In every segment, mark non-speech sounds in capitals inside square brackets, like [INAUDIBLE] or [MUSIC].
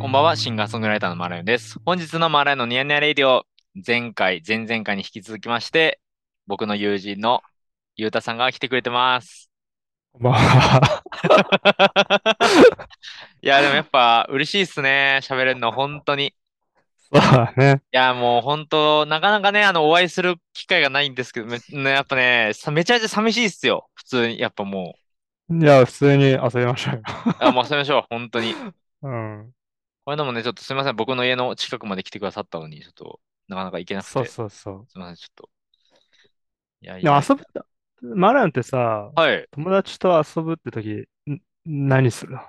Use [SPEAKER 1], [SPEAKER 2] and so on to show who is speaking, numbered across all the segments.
[SPEAKER 1] こんばんは、シンガーソングライターのマラヨンです。本日のマラヨンのニヤニヤレイディオ、前回、前々回に引き続きまして、僕の友人のゆうたさんが来てくれてます。 [LAUGHS]
[SPEAKER 2] こんばんは。
[SPEAKER 1] いや、でもやっぱ嬉しいっすね。喋れるの、本当に。い
[SPEAKER 2] [LAUGHS] そうだね。
[SPEAKER 1] や、もう本当、なかなかね、あの、お会いする機会がないんですけど、め、ね、やっぱね、さめちゃめちゃ寂しいっすよ。普通に、やっぱも
[SPEAKER 2] じゃあ、普通に遊びましょうよ。
[SPEAKER 1] う。あ、もう遊びましょう、本当に。
[SPEAKER 2] うん。
[SPEAKER 1] これでもね、ちょっとすみません。僕の家の近くまで来てくださったのに、ちょっと、なかなか行けなく
[SPEAKER 2] そう
[SPEAKER 1] て。
[SPEAKER 2] そうそ
[SPEAKER 1] すみません、ちょっと。いや
[SPEAKER 2] う。
[SPEAKER 1] い
[SPEAKER 2] でも
[SPEAKER 1] や、
[SPEAKER 2] 遊ぶと、マランってさ、
[SPEAKER 1] はい。
[SPEAKER 2] 友達と遊ぶって時、ん何するの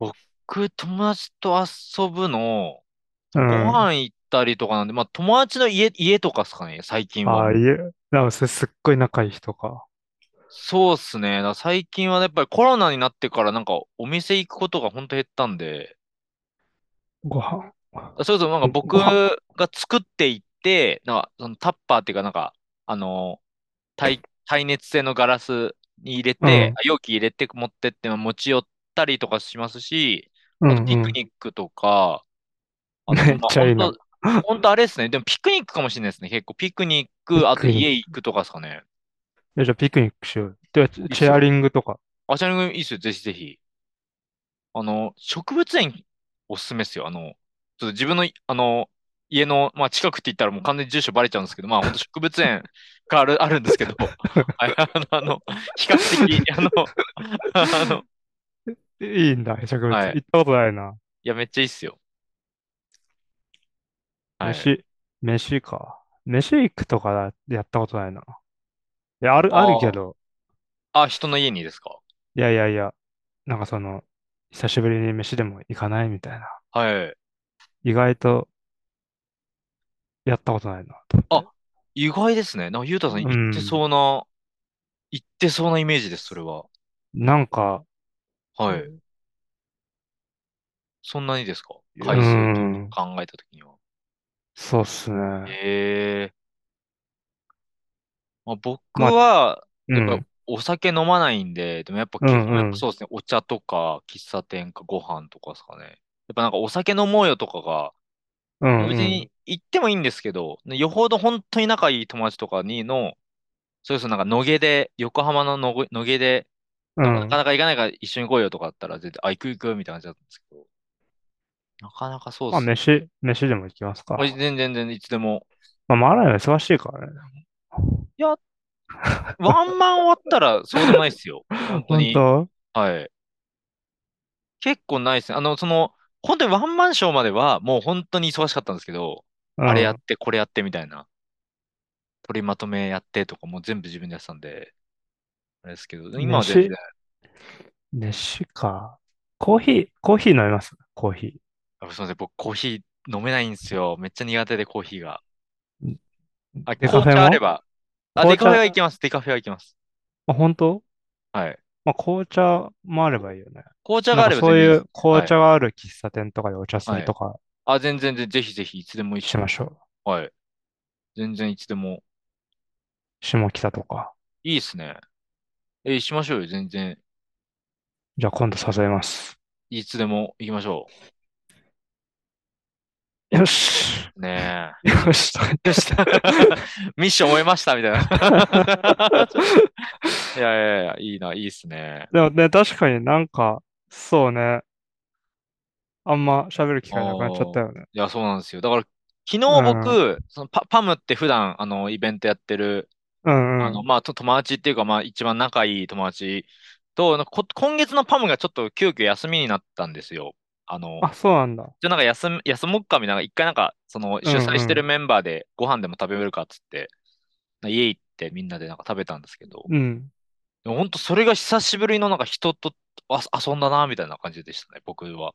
[SPEAKER 1] 僕、友達と遊ぶの、
[SPEAKER 2] う
[SPEAKER 1] ご
[SPEAKER 2] ん。あ
[SPEAKER 1] 飯行ったりとかなんで、まあ友達の家、家とかですかね、最近は。
[SPEAKER 2] あ、いえ、でもそれすっごい仲いい人か。
[SPEAKER 1] そうっすね。だから最近はやっぱりコロナになってからなんかお店行くことがほんと減ったんで、
[SPEAKER 2] ご飯。
[SPEAKER 1] それこそなんか僕
[SPEAKER 2] ご飯
[SPEAKER 1] が作っていって、なんかそのタッパーっていうかなんか、あの、耐、耐熱性のガラスに入れて
[SPEAKER 2] うん、
[SPEAKER 1] あ容器入れて持ってって持ち寄ったりとかしますし、
[SPEAKER 2] う
[SPEAKER 1] あ
[SPEAKER 2] ん
[SPEAKER 1] とピ
[SPEAKER 2] う
[SPEAKER 1] ク
[SPEAKER 2] ん。
[SPEAKER 1] ニックとか、あと
[SPEAKER 2] [LAUGHS] めっちゃいいな
[SPEAKER 1] まあほんとほんとあれですね。でもピクニックかもしれないですね。結構ピクニック、あと
[SPEAKER 2] ピクニック
[SPEAKER 1] 家行くとかですかね。
[SPEAKER 2] えじゃあ、ピクニックしよう。では、チ
[SPEAKER 1] す
[SPEAKER 2] チェアリングとか。
[SPEAKER 1] あちらにいいっすよ。ぜひぜひ。あの、植物園おすすめですよ。あの、ちょっと自分の、あの、家の、まあ、近くって言ったらもう完全に住所バレちゃうんですけど、まあ、ほんと植物園がある、 [LAUGHS] あるんですけど、はい、あの、あの比較的、あの、あの、
[SPEAKER 2] いいんだ、植物。
[SPEAKER 1] はい
[SPEAKER 2] 行ったことないな。
[SPEAKER 1] いや、めっちゃいいっすよ。はい。
[SPEAKER 2] 飯、飯か。飯行くとかだやったことないな。いや、ある、あるけ
[SPEAKER 1] あー
[SPEAKER 2] ど、
[SPEAKER 1] あ、人の家にですか
[SPEAKER 2] いやいやいや、なんかその、久しぶりに飯でも行かないみたいな。
[SPEAKER 1] はい。
[SPEAKER 2] 意外とやったことないな。
[SPEAKER 1] 意外ですね。なんか、ゆうたさん
[SPEAKER 2] う
[SPEAKER 1] 言
[SPEAKER 2] ん
[SPEAKER 1] ってそうな、言ってそうなイメージです、それは。
[SPEAKER 2] なんか、
[SPEAKER 1] はい。そんなにですか
[SPEAKER 2] う
[SPEAKER 1] 回数
[SPEAKER 2] ん、
[SPEAKER 1] 考えたときには。
[SPEAKER 2] そうっすね。
[SPEAKER 1] ええまあ、僕
[SPEAKER 2] まあ
[SPEAKER 1] は、
[SPEAKER 2] う
[SPEAKER 1] やっぱ
[SPEAKER 2] ん、
[SPEAKER 1] お酒飲まないんで、でもやっぱ
[SPEAKER 2] うん
[SPEAKER 1] 基本
[SPEAKER 2] うん
[SPEAKER 1] そうですね、お茶とか喫茶店かご飯とかですかね。やっぱなんかお酒飲もうよとかが、
[SPEAKER 2] うん、
[SPEAKER 1] 別に行ってもいいんですけど、ねよほど本当に仲いい友達とかにの、それこそなんか野毛で、横浜の野毛野毛で、
[SPEAKER 2] うん、
[SPEAKER 1] なかなか行かないから一緒に来いよとかあったら、全然、あ、行く行くみたいな感じだったんですけど、なかなかそう
[SPEAKER 2] まあ、
[SPEAKER 1] ですね。
[SPEAKER 2] 飯、飯でも行きますか。
[SPEAKER 1] まあ全然全然いつでも。
[SPEAKER 2] まあ、マライは忙しいからね。
[SPEAKER 1] ワンマン終わったら [LAUGHS] そうでもないですよ。本当
[SPEAKER 2] 本
[SPEAKER 1] に。
[SPEAKER 2] 当
[SPEAKER 1] はい。結構ないですね。あの、その、本当にワンマンショーまではもう本当に忙しかったんですけど、あれや
[SPEAKER 2] うん
[SPEAKER 1] って、これやってみたいな。取りまとめやってとかもう全部自分でやってたんで、あれですけど、今は全然。
[SPEAKER 2] 飯か。コーヒー、コーヒー飲みますコーヒー。
[SPEAKER 1] あすみません、僕コーヒー飲めないんですよ。めっちゃ苦手でコーヒーが。あ、
[SPEAKER 2] デカフェ
[SPEAKER 1] 紅茶あ
[SPEAKER 2] も
[SPEAKER 1] れば。あ、
[SPEAKER 2] 紅
[SPEAKER 1] デカフェ
[SPEAKER 2] 茶
[SPEAKER 1] はいけます。デカフェはいけます。
[SPEAKER 2] あ、本当
[SPEAKER 1] はい。
[SPEAKER 2] まあ、紅茶もあればいいよね。
[SPEAKER 1] 紅茶が
[SPEAKER 2] な
[SPEAKER 1] あ
[SPEAKER 2] んか
[SPEAKER 1] れば
[SPEAKER 2] そう
[SPEAKER 1] 全然
[SPEAKER 2] い
[SPEAKER 1] いいで
[SPEAKER 2] う
[SPEAKER 1] す。
[SPEAKER 2] 紅
[SPEAKER 1] はい
[SPEAKER 2] 茶がある喫茶店とかでお茶するとか
[SPEAKER 1] あ、全然、全然、ぜひぜひ、いつでも一
[SPEAKER 2] し
[SPEAKER 1] 緒に
[SPEAKER 2] ま。しょ
[SPEAKER 1] はい。全然いつでも。
[SPEAKER 2] う。下北とか。
[SPEAKER 1] いいっすね。え、しましょうよ。全然。
[SPEAKER 2] じゃあ今度誘います。
[SPEAKER 1] いつでも行きましょ
[SPEAKER 2] よし。
[SPEAKER 1] う。ねえ。
[SPEAKER 2] よしとか言って。
[SPEAKER 1] ミッション終えましたみたい
[SPEAKER 2] [LAUGHS]
[SPEAKER 1] な。いやいやいや、いいな、いいっすね。
[SPEAKER 2] でもね、確かになんか、そうね。あんま喋る機会なくなっちゃったよね。
[SPEAKER 1] いや、そうなんですよ。だから、昨日
[SPEAKER 2] うん
[SPEAKER 1] 僕、そのパ、パムって普段、あの、イベントやってる、
[SPEAKER 2] うん
[SPEAKER 1] あ
[SPEAKER 2] う
[SPEAKER 1] の、
[SPEAKER 2] ん。
[SPEAKER 1] まあ、と友達っていうか、まあ、一番仲いい友達と、なんかこ、今月のパムがちょっと急遽休みになったんですよ。あの、
[SPEAKER 2] あ、そうなんだ。
[SPEAKER 1] じゃあなんか休む、休もっかみたいな、一回なんか、その、
[SPEAKER 2] ん
[SPEAKER 1] 主催してるメンバーでご飯でも食べれるかっつって、なんか家行ってみんなでなんか食べたんですけど、
[SPEAKER 2] うん。
[SPEAKER 1] でもほんとそれが久しぶりのなんか人とあ遊んだな、みたいな感じでしたね、僕は。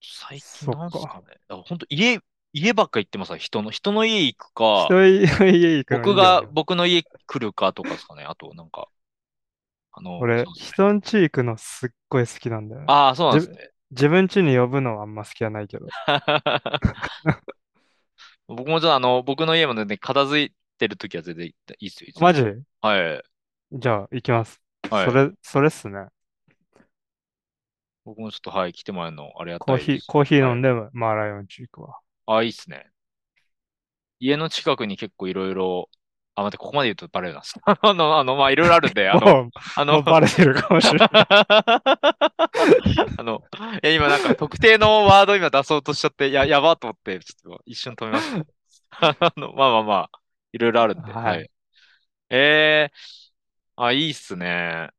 [SPEAKER 1] 最近
[SPEAKER 2] そっ
[SPEAKER 1] なんすか
[SPEAKER 2] か
[SPEAKER 1] ね。だからほんと家、家ばっか行ってますわ人の、人の家行くか、
[SPEAKER 2] 人の家行くのい
[SPEAKER 1] 僕
[SPEAKER 2] いよ
[SPEAKER 1] が、
[SPEAKER 2] ね。
[SPEAKER 1] 僕の家来るかとかですかね。あと、なんか、あの、
[SPEAKER 2] 俺
[SPEAKER 1] そうっ、すね
[SPEAKER 2] 人ん家行くのすっごい好きなんだよね。
[SPEAKER 1] ああ、そうなんです
[SPEAKER 2] [LAUGHS]
[SPEAKER 1] ね。
[SPEAKER 2] 自分家に呼ぶのはあんま好きじゃないけど。
[SPEAKER 1] 僕もちょっとあの、僕の家もね、片付いてるときは全然いいっすよ。いつでも
[SPEAKER 2] マジ
[SPEAKER 1] はい。
[SPEAKER 2] じゃあ行きます。
[SPEAKER 1] はい
[SPEAKER 2] それ、それっすね。
[SPEAKER 1] 僕もちょっと、はい、来てもらえるの、ありが
[SPEAKER 2] コー
[SPEAKER 1] たい
[SPEAKER 2] ヒ
[SPEAKER 1] で
[SPEAKER 2] ー、
[SPEAKER 1] す。
[SPEAKER 2] コーヒー
[SPEAKER 1] はい
[SPEAKER 2] 飲んでも、まあ、ライオンチ行くわ。
[SPEAKER 1] あ、いいっすね。家の近くに結構いろいろ、あ、待って、ここまで言うとバレるな。 [LAUGHS] あの、あの、まあ、いろいろあるんで、あの、
[SPEAKER 2] もう、
[SPEAKER 1] あ
[SPEAKER 2] もう
[SPEAKER 1] の、
[SPEAKER 2] バレてるかも
[SPEAKER 1] [LAUGHS]
[SPEAKER 2] しれない。
[SPEAKER 1] あの、いや、今なんか特定のワード今出そうとしちゃって、や、やばと思って、ちょっと一瞬止めました。 [LAUGHS] あの、まあまあまあ、いろいろあるんで、
[SPEAKER 2] はい
[SPEAKER 1] はい。えー、あ、いいっすね。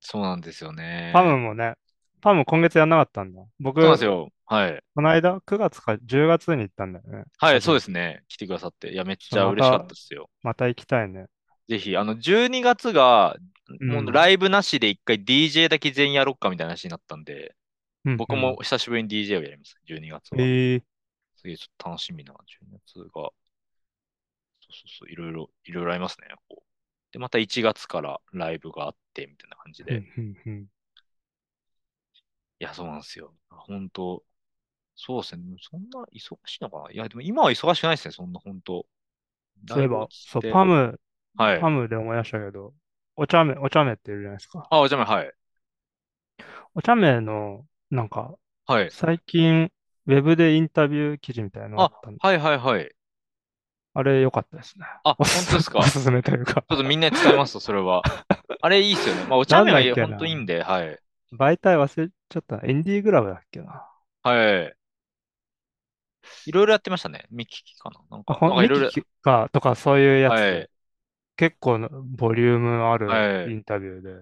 [SPEAKER 1] そうなんですよね。
[SPEAKER 2] パムもね、パム今月やんなかったんだ。僕、
[SPEAKER 1] そうなんです
[SPEAKER 2] こ
[SPEAKER 1] よ。はい。
[SPEAKER 2] の間、9月か10月に行ったんだよね。。
[SPEAKER 1] はい、そうですすね。来てくださって。いや、めっち
[SPEAKER 2] そう
[SPEAKER 1] ゃ
[SPEAKER 2] ま
[SPEAKER 1] 嬉しか
[SPEAKER 2] た
[SPEAKER 1] ったですよ。
[SPEAKER 2] また行きたいね。
[SPEAKER 1] ぜひ、あの、12月が、もううんライブなしで一回 DJ だけ全員やろっかみたいな話になったんで、
[SPEAKER 2] うん
[SPEAKER 1] 僕も久しぶりに DJ をやります。12月
[SPEAKER 2] う
[SPEAKER 1] は
[SPEAKER 2] ん。。えー、
[SPEAKER 1] すげえちょっと楽しみな、12月が。そうそうそう、いろいろ、いろいろありますね。こうで、また1月からライブがあって、みたいな感じ
[SPEAKER 2] う
[SPEAKER 1] で。い
[SPEAKER 2] んうんうん。
[SPEAKER 1] や、そうなんですよ。本当そうですね。でもそんな忙しいのかないや、でも今は忙しくないですね、そんな本当
[SPEAKER 2] そういえば、そう、
[SPEAKER 1] ライブ
[SPEAKER 2] パム、
[SPEAKER 1] はい。
[SPEAKER 2] パムで思い出したけど、お茶目、お茶目っているじゃないですか。
[SPEAKER 1] あ、お邪魔、はい。
[SPEAKER 2] お茶目の、なんか、
[SPEAKER 1] はい。
[SPEAKER 2] 最近、ウェブでインタビュー記事みたいなのあったんで、
[SPEAKER 1] はいはいはい。
[SPEAKER 2] あれ良かったですね。 [LAUGHS]
[SPEAKER 1] あ、
[SPEAKER 2] お
[SPEAKER 1] 本
[SPEAKER 2] す
[SPEAKER 1] 当ですか。
[SPEAKER 2] お
[SPEAKER 1] ち
[SPEAKER 2] すすめというか、
[SPEAKER 1] ょっとみんなに伝えますと、それは。あれいいっすよね。まあ、お茶目は
[SPEAKER 2] なんだっけな
[SPEAKER 1] 本当いいんで、はい。
[SPEAKER 2] 媒体忘れちゃったな。インディーグラブだっけな。
[SPEAKER 1] はい。いろいろやってましたね。見聞きかな。なんか、
[SPEAKER 2] あ、ほ
[SPEAKER 1] なん
[SPEAKER 2] ん、
[SPEAKER 1] かいろいろ
[SPEAKER 2] ミ。キか、とかそういうやつ
[SPEAKER 1] はい。
[SPEAKER 2] で
[SPEAKER 1] やっ
[SPEAKER 2] 結構なボリュームあ
[SPEAKER 1] はい
[SPEAKER 2] るインタビューで。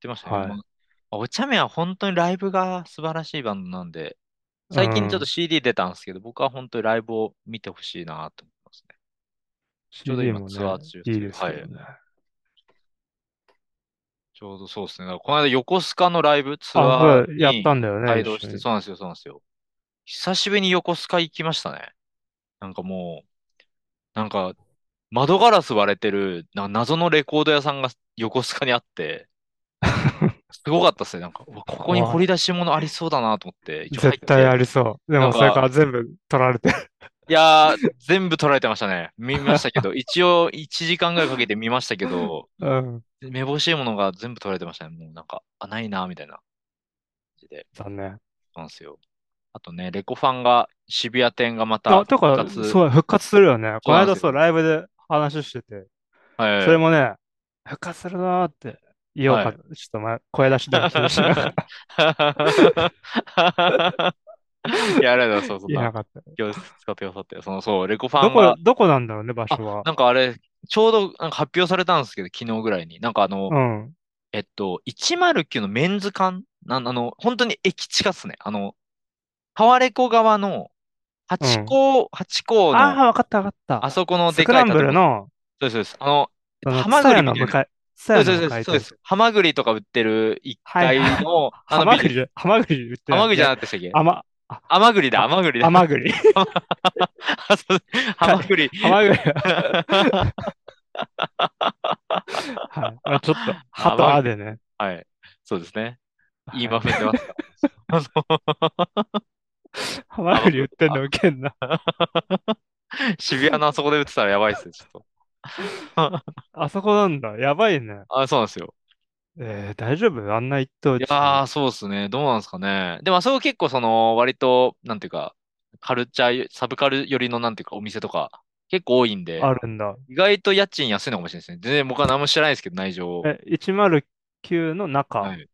[SPEAKER 1] てましたね。
[SPEAKER 2] はい
[SPEAKER 1] まあお茶目は本当にライブが素晴らしいバンドなんで、最近ちょっ
[SPEAKER 2] う
[SPEAKER 1] と
[SPEAKER 2] ん
[SPEAKER 1] CD 出たんですけど、僕は本当にライブを見てほしいなと思いますね。ちょうど
[SPEAKER 2] CD
[SPEAKER 1] 今
[SPEAKER 2] も
[SPEAKER 1] ツアー
[SPEAKER 2] ね、
[SPEAKER 1] 中
[SPEAKER 2] いい
[SPEAKER 1] で
[SPEAKER 2] ですす
[SPEAKER 1] けど
[SPEAKER 2] よね。
[SPEAKER 1] ちょうどそうですね。だからこの間横須賀のライブツ
[SPEAKER 2] あ、
[SPEAKER 1] アー
[SPEAKER 2] そう、やっ
[SPEAKER 1] に
[SPEAKER 2] たんだよね、
[SPEAKER 1] 帯
[SPEAKER 2] 一
[SPEAKER 1] 同
[SPEAKER 2] 緒
[SPEAKER 1] して、
[SPEAKER 2] に。
[SPEAKER 1] そうなんですよ、そうなんですよ。久しぶりに横須賀行きましたね。なんかもう、なんか、窓ガラス割れてる、なんか謎のレコード屋さんが横須賀にあって、すごかったですね。なんか、うわここに掘り出し物ありそうだなと思って、一応入っ
[SPEAKER 2] 絶対あ
[SPEAKER 1] て。
[SPEAKER 2] りそう。で
[SPEAKER 1] な
[SPEAKER 2] も
[SPEAKER 1] んか
[SPEAKER 2] それから全部取られて。
[SPEAKER 1] いやー、全部取られてましたね。見ましたけど、一応1時間ぐらいかけて見ましたけど、
[SPEAKER 2] うん。
[SPEAKER 1] めぼしいものが全部取られてましたね。もうなんか、あ、ないな、みたいな感じで。
[SPEAKER 2] 残念。
[SPEAKER 1] そうなんですよ。あとね、レコファンが渋谷店がまた
[SPEAKER 2] あ、とか、
[SPEAKER 1] 復活
[SPEAKER 2] そう、復活するよね。この
[SPEAKER 1] そうなんです
[SPEAKER 2] 間
[SPEAKER 1] よ
[SPEAKER 2] そう、ライブで話してて、
[SPEAKER 1] はい
[SPEAKER 2] それもね、復活するなーって言おうか、
[SPEAKER 1] はい
[SPEAKER 2] ちょっと前、声出しでも気
[SPEAKER 1] [LAUGHS]
[SPEAKER 2] にしながら
[SPEAKER 1] [LAUGHS] いや、あれだ、そうそう
[SPEAKER 2] 言えなかった。
[SPEAKER 1] 今日使ってくださって、その、そう、レコファ
[SPEAKER 2] ど
[SPEAKER 1] ン
[SPEAKER 2] こ
[SPEAKER 1] が、、
[SPEAKER 2] どこなんだろうね、場所
[SPEAKER 1] あ
[SPEAKER 2] は。
[SPEAKER 1] なんかあれ、ちょうどなんか発表されたんですけど、昨日ぐらいに。なんかあの、
[SPEAKER 2] うん。
[SPEAKER 1] えっと、109のメンズ館なんあの、本当に駅近っすね。あの、タワレコ側の、八甲、八甲
[SPEAKER 2] ああ、
[SPEAKER 1] の、
[SPEAKER 2] わかったわかった。
[SPEAKER 1] あそこの
[SPEAKER 2] ス
[SPEAKER 1] で
[SPEAKER 2] ク
[SPEAKER 1] かい
[SPEAKER 2] ラン
[SPEAKER 1] 建
[SPEAKER 2] ブル
[SPEAKER 1] 物。
[SPEAKER 2] の、
[SPEAKER 1] そうです、そうです。あの、
[SPEAKER 2] その、
[SPEAKER 1] ハマ
[SPEAKER 2] ツ
[SPEAKER 1] グ
[SPEAKER 2] ヤ
[SPEAKER 1] リ
[SPEAKER 2] の
[SPEAKER 1] みたい
[SPEAKER 2] 向
[SPEAKER 1] な。
[SPEAKER 2] かい、ツ
[SPEAKER 1] そう
[SPEAKER 2] ヤ
[SPEAKER 1] で
[SPEAKER 2] の
[SPEAKER 1] す、そうで
[SPEAKER 2] 向か
[SPEAKER 1] す、
[SPEAKER 2] い
[SPEAKER 1] そうです。ハマグリとか売ってる1
[SPEAKER 2] は
[SPEAKER 1] 階
[SPEAKER 2] いはい
[SPEAKER 1] の、あ
[SPEAKER 2] ハ
[SPEAKER 1] の
[SPEAKER 2] マ
[SPEAKER 1] ビ
[SPEAKER 2] グリ
[SPEAKER 1] ル。
[SPEAKER 2] じゃ、ハマグリ言って
[SPEAKER 1] ハマグリじゃな
[SPEAKER 2] く
[SPEAKER 1] かったでしたっけ
[SPEAKER 2] て、あま、あ、
[SPEAKER 1] ハマグリだ、ハマグリだ
[SPEAKER 2] ハ。マグリ。
[SPEAKER 1] [LAUGHS] あそうハマグリ。
[SPEAKER 2] ハマグリ。はい。まあちょっ
[SPEAKER 1] [LAUGHS]
[SPEAKER 2] と、ハとアでね。
[SPEAKER 1] はい。そうですね。いい
[SPEAKER 2] は
[SPEAKER 1] 場
[SPEAKER 2] い
[SPEAKER 1] 面出
[SPEAKER 2] [LAUGHS]
[SPEAKER 1] ますか。あ
[SPEAKER 2] ハマグリ言ってんのウケんな。
[SPEAKER 1] の渋谷のあそこで打ってたらやばいっすね、ちょっと。
[SPEAKER 2] [LAUGHS] あそこなんだ。やばいね。
[SPEAKER 1] あ、そうなんですよ。
[SPEAKER 2] えー、大丈夫あんな一等
[SPEAKER 1] い
[SPEAKER 2] 地。
[SPEAKER 1] やー、そうですね。どうなんですかね。でも、あそこ結構、その、割と、なんていうか、カルチャー、サブカル寄りの、なんていうか、お店とか、結構多いんで、
[SPEAKER 2] あるんだ。
[SPEAKER 1] 意外と家賃安いのかもしれないですね。全然僕は何も知らないですけど、内情を。
[SPEAKER 2] え、109の中、
[SPEAKER 1] はい。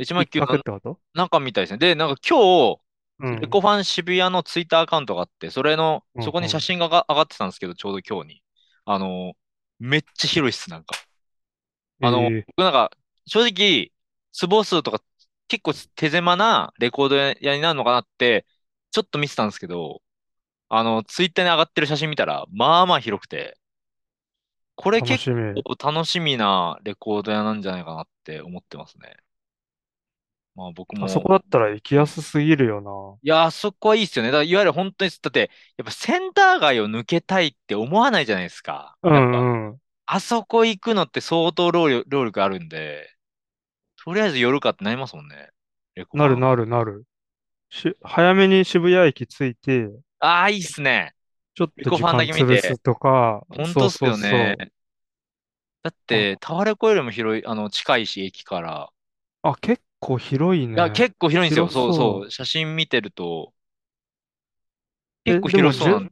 [SPEAKER 1] 1万
[SPEAKER 2] 一
[SPEAKER 1] 9
[SPEAKER 2] 角っ
[SPEAKER 1] の
[SPEAKER 2] てこと
[SPEAKER 1] 中みたいですね。で、なんか今
[SPEAKER 2] う
[SPEAKER 1] 日、レ
[SPEAKER 2] ん。
[SPEAKER 1] コファン渋谷のツイッターアカウントがあって、それの、
[SPEAKER 2] うん
[SPEAKER 1] そこに写真がが上がってたんですけど、ちょうど今日に。あのー、めっちゃ広いっす、なんか。あの、
[SPEAKER 2] えー
[SPEAKER 1] 僕なんか、正直、壺数とか結構手狭なレコード屋になるのかなって、ちょっと見てたんですけど、あの、ツイッターに上がってる写真見たら、まあまあ広くて、これ
[SPEAKER 2] 楽
[SPEAKER 1] 結
[SPEAKER 2] しみ。
[SPEAKER 1] 構楽しみなレコード屋なんじゃないかなって思ってますね。まあ僕も、
[SPEAKER 2] あそこだったら行きやすすぎるよ
[SPEAKER 1] いや、あそこはいいっすよね。だからいわゆる本当に、だって、やっぱセンター街を抜けたいって思わないじゃないですか。
[SPEAKER 2] な。う
[SPEAKER 1] やっぱ
[SPEAKER 2] んうん。
[SPEAKER 1] あそこ行くのって相当労力、労力あるんで、とりあえず寄るかってなりますもんね。レコ
[SPEAKER 2] な
[SPEAKER 1] フ
[SPEAKER 2] る
[SPEAKER 1] ァン
[SPEAKER 2] なるなる。し、早めに渋谷駅着いて、
[SPEAKER 1] ああ、いいっすね。
[SPEAKER 2] ちょっ
[SPEAKER 1] レ
[SPEAKER 2] と
[SPEAKER 1] コ
[SPEAKER 2] 時
[SPEAKER 1] ファン
[SPEAKER 2] 間
[SPEAKER 1] だけ見て
[SPEAKER 2] 潰すとか、
[SPEAKER 1] ほん
[SPEAKER 2] そ
[SPEAKER 1] と
[SPEAKER 2] う
[SPEAKER 1] っすよ
[SPEAKER 2] そう
[SPEAKER 1] ね。だって、タワレコよりも広い、あの、近いし、駅から。
[SPEAKER 2] あ、結構広い
[SPEAKER 1] いや、
[SPEAKER 2] ね。
[SPEAKER 1] 結構広いんですよ。
[SPEAKER 2] 広
[SPEAKER 1] そう
[SPEAKER 2] そ
[SPEAKER 1] そう。写真見てると、
[SPEAKER 2] う。
[SPEAKER 1] 結
[SPEAKER 2] え、
[SPEAKER 1] 構
[SPEAKER 2] でも
[SPEAKER 1] 広そう
[SPEAKER 2] じ
[SPEAKER 1] な
[SPEAKER 2] ゅ
[SPEAKER 1] ん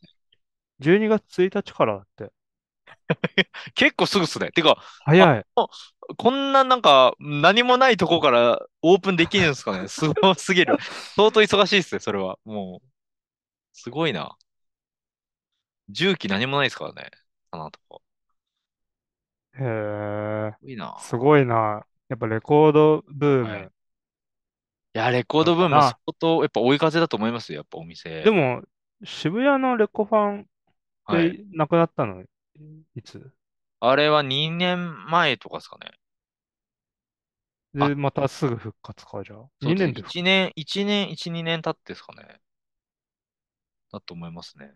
[SPEAKER 1] で。
[SPEAKER 2] 12月1日からだって。
[SPEAKER 1] 結構すぐっすね。てか、あ、
[SPEAKER 2] 早い。
[SPEAKER 1] こんななんか何もないとこからオープンできるんですか
[SPEAKER 2] [LAUGHS]
[SPEAKER 1] ね。すごすぎる。相当忙しいっすね、それは。もう、すごいな。重機何もないですからね。棚とか。
[SPEAKER 2] へえ、
[SPEAKER 1] すごいな。
[SPEAKER 2] すごいな。やっぱレコードブー
[SPEAKER 1] はい。い
[SPEAKER 2] ム
[SPEAKER 1] や、レコー
[SPEAKER 2] な
[SPEAKER 1] ド
[SPEAKER 2] ん
[SPEAKER 1] ブー
[SPEAKER 2] か
[SPEAKER 1] ム相
[SPEAKER 2] な。
[SPEAKER 1] 当やっぱ追い風だと思いますよ。やっぱお
[SPEAKER 2] で
[SPEAKER 1] 店。
[SPEAKER 2] も、渋谷のレコファンっ
[SPEAKER 1] はい。
[SPEAKER 2] てなくなったのいつ
[SPEAKER 1] あれは2年前とかですかね。あ、
[SPEAKER 2] で、またすぐ復活か、じゃあ。
[SPEAKER 1] そうですね。
[SPEAKER 2] 2年で復
[SPEAKER 1] 1年、1年、1、2年経ってですかね。だと思いますね。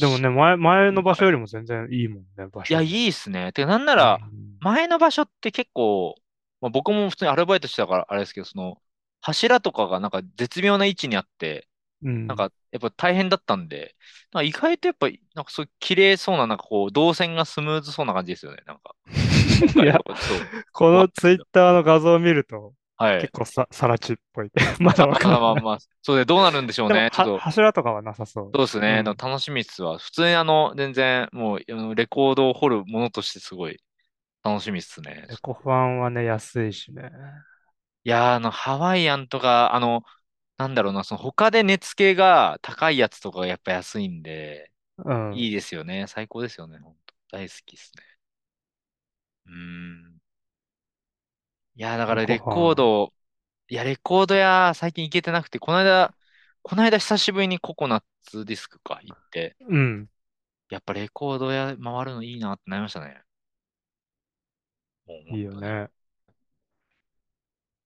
[SPEAKER 2] でも
[SPEAKER 1] し
[SPEAKER 2] ね、前、前の場
[SPEAKER 1] は
[SPEAKER 2] 所よ
[SPEAKER 1] い。
[SPEAKER 2] りも全然いいもんね、場
[SPEAKER 1] いや、
[SPEAKER 2] 所
[SPEAKER 1] い
[SPEAKER 2] も。
[SPEAKER 1] いっすね。てか、なんな
[SPEAKER 2] う
[SPEAKER 1] ら、
[SPEAKER 2] ん。
[SPEAKER 1] 前の場所って結構、まあ、僕も普通にアルバイトしてたからあれですけど、その、柱とかがなんか絶妙な位置にあって、
[SPEAKER 2] う
[SPEAKER 1] なん
[SPEAKER 2] ん。
[SPEAKER 1] か、やっぱ大変だったんで、なんか意外とやっぱ、なんかそういう綺麗そうな、なんかこう、動線がスムーズそうな感じですよね。なんか、今
[SPEAKER 2] [LAUGHS] い
[SPEAKER 1] 回
[SPEAKER 2] や、
[SPEAKER 1] とかちょっと、
[SPEAKER 2] こ
[SPEAKER 1] わ
[SPEAKER 2] の
[SPEAKER 1] かん
[SPEAKER 2] ツイ
[SPEAKER 1] ない
[SPEAKER 2] ッ
[SPEAKER 1] けど。
[SPEAKER 2] ターの画像を見ると、
[SPEAKER 1] はい。
[SPEAKER 2] 結構さ、さらちっぽい。 [LAUGHS] まだわ
[SPEAKER 1] ま
[SPEAKER 2] か
[SPEAKER 1] あ
[SPEAKER 2] ん
[SPEAKER 1] まあ
[SPEAKER 2] ない。
[SPEAKER 1] まあ、そうね、どうなるんでしょう
[SPEAKER 2] でも、
[SPEAKER 1] ね。ちょっ
[SPEAKER 2] は、
[SPEAKER 1] と、
[SPEAKER 2] 柱とかはなさそ
[SPEAKER 1] そうです
[SPEAKER 2] う。う
[SPEAKER 1] ね。でも
[SPEAKER 2] ん。
[SPEAKER 1] 楽しみっすわ。普通にあの、全然、もう、あのレコードを掘るものとしてすごい楽しみっすね。
[SPEAKER 2] エコファンはね、安いしね。
[SPEAKER 1] いやー、あの、ハワイアンとか、あの、なんだろうな、その他で値付けが高いやつとかがやっぱ安いんで、
[SPEAKER 2] うん。
[SPEAKER 1] いいですよね。最高ですよね。ほんと。大好きですね。うーん。いやー、だか
[SPEAKER 2] エ
[SPEAKER 1] ら
[SPEAKER 2] コ
[SPEAKER 1] レ
[SPEAKER 2] ファ
[SPEAKER 1] コー
[SPEAKER 2] ン。
[SPEAKER 1] ド、いや、レコード屋、最近行けてなくて、この間、この間久しぶりにココナッツディスクか行って、
[SPEAKER 2] うん。
[SPEAKER 1] やっぱレコード屋回るのいいなってなりましたね。もう
[SPEAKER 2] い
[SPEAKER 1] 本
[SPEAKER 2] いよ
[SPEAKER 1] 当に。
[SPEAKER 2] ね。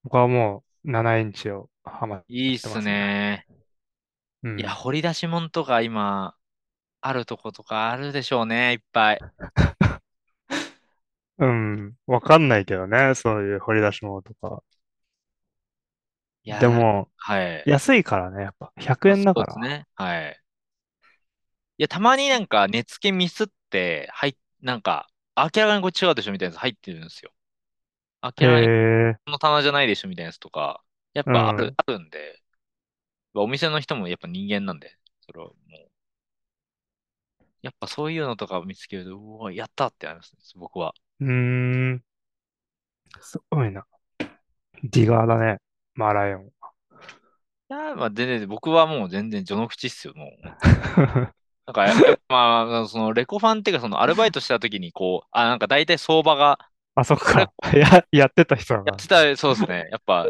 [SPEAKER 2] 僕はもう7インチをハマっ
[SPEAKER 1] いいってす
[SPEAKER 2] ますね。
[SPEAKER 1] ね。
[SPEAKER 2] う
[SPEAKER 1] いや、
[SPEAKER 2] ん。
[SPEAKER 1] 掘り出し物とか今、あるとことかあるでしょうね、いっぱい。
[SPEAKER 2] うん。わかんないけどね。そういう掘り出し物とか。
[SPEAKER 1] い
[SPEAKER 2] で
[SPEAKER 1] やー、
[SPEAKER 2] も、
[SPEAKER 1] はい。
[SPEAKER 2] 安いからね。やっぱ100
[SPEAKER 1] まあ、
[SPEAKER 2] 円
[SPEAKER 1] そ
[SPEAKER 2] だ
[SPEAKER 1] う
[SPEAKER 2] か
[SPEAKER 1] です
[SPEAKER 2] ら。
[SPEAKER 1] ね。はい。いや、たまになんか、値付けミスって、はい、なんか、明らかにこれ違うでしょみたいなやつ入ってるんですよ。明らかに
[SPEAKER 2] へえ。
[SPEAKER 1] この棚じゃないでしょみたいなやつとか、やっ
[SPEAKER 2] う
[SPEAKER 1] ぱある、
[SPEAKER 2] ん。
[SPEAKER 1] あるんで、お店の人もやっぱ人間なんで、それはもう、やっぱそういうのとかを見つけると、うわ、やったってなりますね、僕は。
[SPEAKER 2] うーん。すごいな。ディガーだね。マーライオン。 [LAUGHS]
[SPEAKER 1] いやー、まあ全然、僕はもう全然序の口っすよ、もう、本当に。なんかや、やっぱ、 [LAUGHS] まあ、その、レコファンっていうか、その、アルバイトしてた時に、こう、あ、なんか大体相場が、
[SPEAKER 2] あ、そっ
[SPEAKER 1] こ [LAUGHS] れ、
[SPEAKER 2] か。や、やってた人
[SPEAKER 1] やっ
[SPEAKER 2] が。
[SPEAKER 1] てた、そうですね。やっぱ、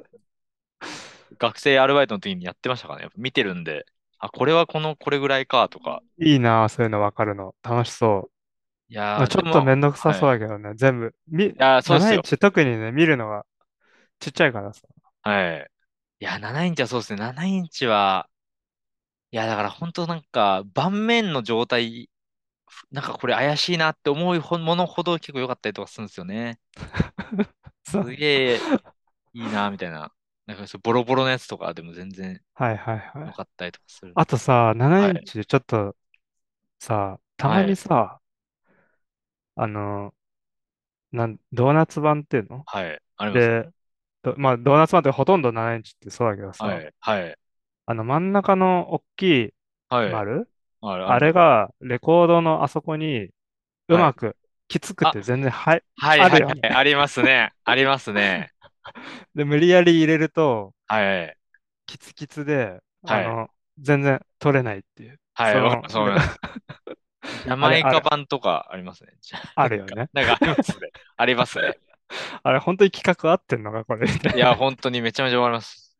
[SPEAKER 1] 学生アルバイトの時にやってましたからね。やっぱ見てるんで、あ、これはこの、これぐらいか、とか。
[SPEAKER 2] いいなあ、そういうのわかるの。楽しそう。
[SPEAKER 1] い
[SPEAKER 2] ま
[SPEAKER 1] や
[SPEAKER 2] あ、
[SPEAKER 1] ー、
[SPEAKER 2] ちょ
[SPEAKER 1] で
[SPEAKER 2] っと
[SPEAKER 1] も、
[SPEAKER 2] めんどくさ
[SPEAKER 1] は
[SPEAKER 2] そう
[SPEAKER 1] い。
[SPEAKER 2] だけどね。全部。み、
[SPEAKER 1] いやー、そうっす
[SPEAKER 2] 7イン
[SPEAKER 1] よ。
[SPEAKER 2] チ特にね、見るのがちっちゃいからさ。
[SPEAKER 1] はい。いや、7インチはそうですね。7インチは、いや、だから本当なんか、盤面の状態、ふなんかこれ怪しいなって思うほものほど結構良かったりとかするんですよね。
[SPEAKER 2] そう。
[SPEAKER 1] すげえいいな、みたいな。なんかそう、ボロボロのやつとかでも全然
[SPEAKER 2] はいはいは
[SPEAKER 1] 良
[SPEAKER 2] い。
[SPEAKER 1] かったりとかするん
[SPEAKER 2] あ
[SPEAKER 1] で。
[SPEAKER 2] とさ、7
[SPEAKER 1] は
[SPEAKER 2] イン
[SPEAKER 1] い。
[SPEAKER 2] チでちょっとさ、た
[SPEAKER 1] は
[SPEAKER 2] まに
[SPEAKER 1] い。
[SPEAKER 2] さ、あの、なん、ドーナツ版っていうの
[SPEAKER 1] はい。ありますね。
[SPEAKER 2] で、どまあ、ドーナツ版ってほとんど7インチってそうだけど
[SPEAKER 1] は
[SPEAKER 2] さ、
[SPEAKER 1] い。はい。
[SPEAKER 2] あの真ん中の大きい
[SPEAKER 1] はい。
[SPEAKER 2] 丸
[SPEAKER 1] あれ、あり
[SPEAKER 2] あ
[SPEAKER 1] ま
[SPEAKER 2] れ
[SPEAKER 1] すね。
[SPEAKER 2] がレコードのあそこにう
[SPEAKER 1] はい。
[SPEAKER 2] まくきつく
[SPEAKER 1] あ、
[SPEAKER 2] て全然はい、
[SPEAKER 1] はい
[SPEAKER 2] あ
[SPEAKER 1] は
[SPEAKER 2] る
[SPEAKER 1] い
[SPEAKER 2] よ
[SPEAKER 1] はい。
[SPEAKER 2] ね。
[SPEAKER 1] ありますね。ありますね。
[SPEAKER 2] で、無理やり入れると
[SPEAKER 1] はい。
[SPEAKER 2] キツキツで、あ
[SPEAKER 1] はい。
[SPEAKER 2] の、全然取れないっていう。
[SPEAKER 1] はい。
[SPEAKER 2] そ
[SPEAKER 1] わかり
[SPEAKER 2] の、
[SPEAKER 1] ます。わかり
[SPEAKER 2] なん
[SPEAKER 1] ま
[SPEAKER 2] か [LAUGHS]
[SPEAKER 1] す。ジャ
[SPEAKER 2] あ
[SPEAKER 1] マ
[SPEAKER 2] れ、
[SPEAKER 1] イ
[SPEAKER 2] あ
[SPEAKER 1] カ
[SPEAKER 2] れ、
[SPEAKER 1] 版とかありますね。じゃ、
[SPEAKER 2] あ
[SPEAKER 1] なん
[SPEAKER 2] るよ
[SPEAKER 1] か、
[SPEAKER 2] ね。
[SPEAKER 1] なんかありますね。ありますね。
[SPEAKER 2] あれ、本当に企画合ってんのか、これ、みたい
[SPEAKER 1] いや、本当にめちゃめちゃわかります。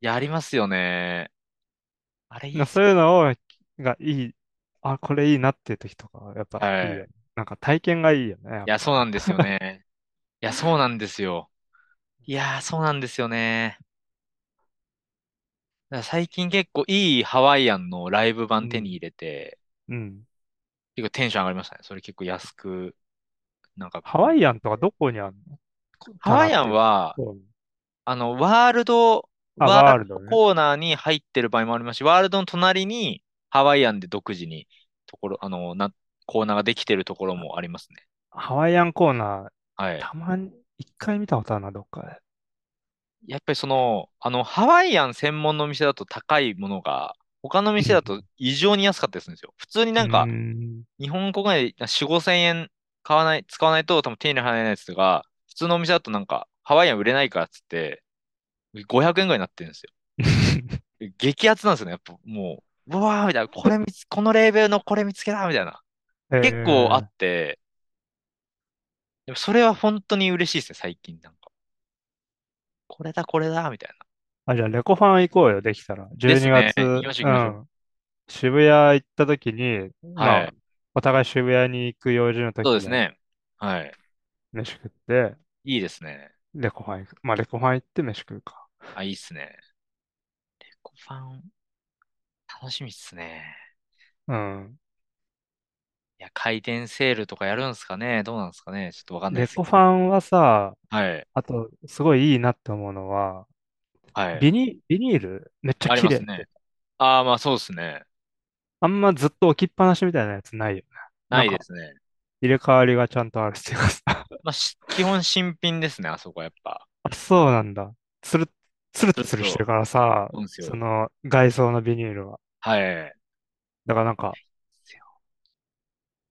[SPEAKER 1] いや、ありますよね。あれいいっ
[SPEAKER 2] な。
[SPEAKER 1] す
[SPEAKER 2] そう
[SPEAKER 1] よ。
[SPEAKER 2] いうのを、がいい、あ、これいいなっていう時とか、やっぱいい
[SPEAKER 1] はい。
[SPEAKER 2] よ。なんか体験がいいよね、や
[SPEAKER 1] い
[SPEAKER 2] っ
[SPEAKER 1] や、そう
[SPEAKER 2] ぱ。
[SPEAKER 1] なんですよね。いや、そうなんですよ。いやー、そうなんですよね。だから最近結構いいハワイアンのライブ
[SPEAKER 2] う
[SPEAKER 1] 版手に
[SPEAKER 2] ん、
[SPEAKER 1] 入れて、
[SPEAKER 2] うん。
[SPEAKER 1] 結構テンション上がりましたね。それ結構安く、なんか、
[SPEAKER 2] ハワイアンとかどこにあるのこ
[SPEAKER 1] ハワ
[SPEAKER 2] 棚
[SPEAKER 1] イ
[SPEAKER 2] っ
[SPEAKER 1] アン
[SPEAKER 2] ていうか。
[SPEAKER 1] は、
[SPEAKER 2] そう
[SPEAKER 1] あの、ワールド、
[SPEAKER 2] あ、
[SPEAKER 1] ワー
[SPEAKER 2] ワー
[SPEAKER 1] ル
[SPEAKER 2] ル
[SPEAKER 1] ド
[SPEAKER 2] ドね。
[SPEAKER 1] コーナーに入ってる場合もありますし、ワールドの隣にハワイアンで独自にところ、あの、な、コーナーができてるところもありますね。
[SPEAKER 2] ハワイアンコーナー、
[SPEAKER 1] はい。
[SPEAKER 2] たまに。一回見たことあるな、どっかで。
[SPEAKER 1] やっぱりその、あの、ハワイアン専門の店だと高いものが、他の店だと異常に安かったりするんですよ。普通になんか
[SPEAKER 2] う、ん
[SPEAKER 1] 日本国内で4、5千円買わない、使わないと多分手に入らないやつが、普通のお店だとなんか、ハワイアン売れないからっつって、500円ぐらいになってるんですよ。激アツなんですよね。やっぱもう、うわーみたいな、これ見つ、このレーベルのこれ見つけたみたいな。 [LAUGHS] 結構あ
[SPEAKER 2] えー
[SPEAKER 1] って、でもそれは本当に嬉しいですね、最近なんか。これだ、これだ、みたい
[SPEAKER 2] あ、じゃあ、レコファン行こうよ、できたら。
[SPEAKER 1] です
[SPEAKER 2] 12
[SPEAKER 1] ね
[SPEAKER 2] 月、。
[SPEAKER 1] 行きましょう行きましょうん
[SPEAKER 2] 渋谷行った時に、
[SPEAKER 1] な。
[SPEAKER 2] まあ、
[SPEAKER 1] はい。
[SPEAKER 2] お互い渋谷に行く用事の時
[SPEAKER 1] そうです
[SPEAKER 2] に
[SPEAKER 1] ね。はい。
[SPEAKER 2] 飯食って、
[SPEAKER 1] いいですね。
[SPEAKER 2] レコファン行く。まあ、レコファン行って飯食うか。
[SPEAKER 1] あ、いいっすね。レコファン、楽しみっすね。
[SPEAKER 2] うん。
[SPEAKER 1] いや、回転セールとかやるんすかねどうなんすかねちょっとわかんない
[SPEAKER 2] レ
[SPEAKER 1] ですけ
[SPEAKER 2] コ
[SPEAKER 1] ど。
[SPEAKER 2] ファンはさ、
[SPEAKER 1] はい。
[SPEAKER 2] あと、すごいいいなって思うのは、
[SPEAKER 1] はい。
[SPEAKER 2] ビニ、ビニールめっちゃ
[SPEAKER 1] あり
[SPEAKER 2] 綺
[SPEAKER 1] ます
[SPEAKER 2] 麗。
[SPEAKER 1] ね。ああ、まあそうですね。
[SPEAKER 2] あんまずっと置きっぱなしみたいなやつないよね。な
[SPEAKER 1] なんい
[SPEAKER 2] か
[SPEAKER 1] ですね。
[SPEAKER 2] 入れ替わりがちゃんとあるっていうかさ。 [LAUGHS]
[SPEAKER 1] まあ、し基本新品ですね、あそこやっぱ。
[SPEAKER 2] あ、そうなんだ。つる、つるつるしてるからさ、
[SPEAKER 1] そうですよ
[SPEAKER 2] その外装のビニールは。
[SPEAKER 1] はい。
[SPEAKER 2] だからなんか、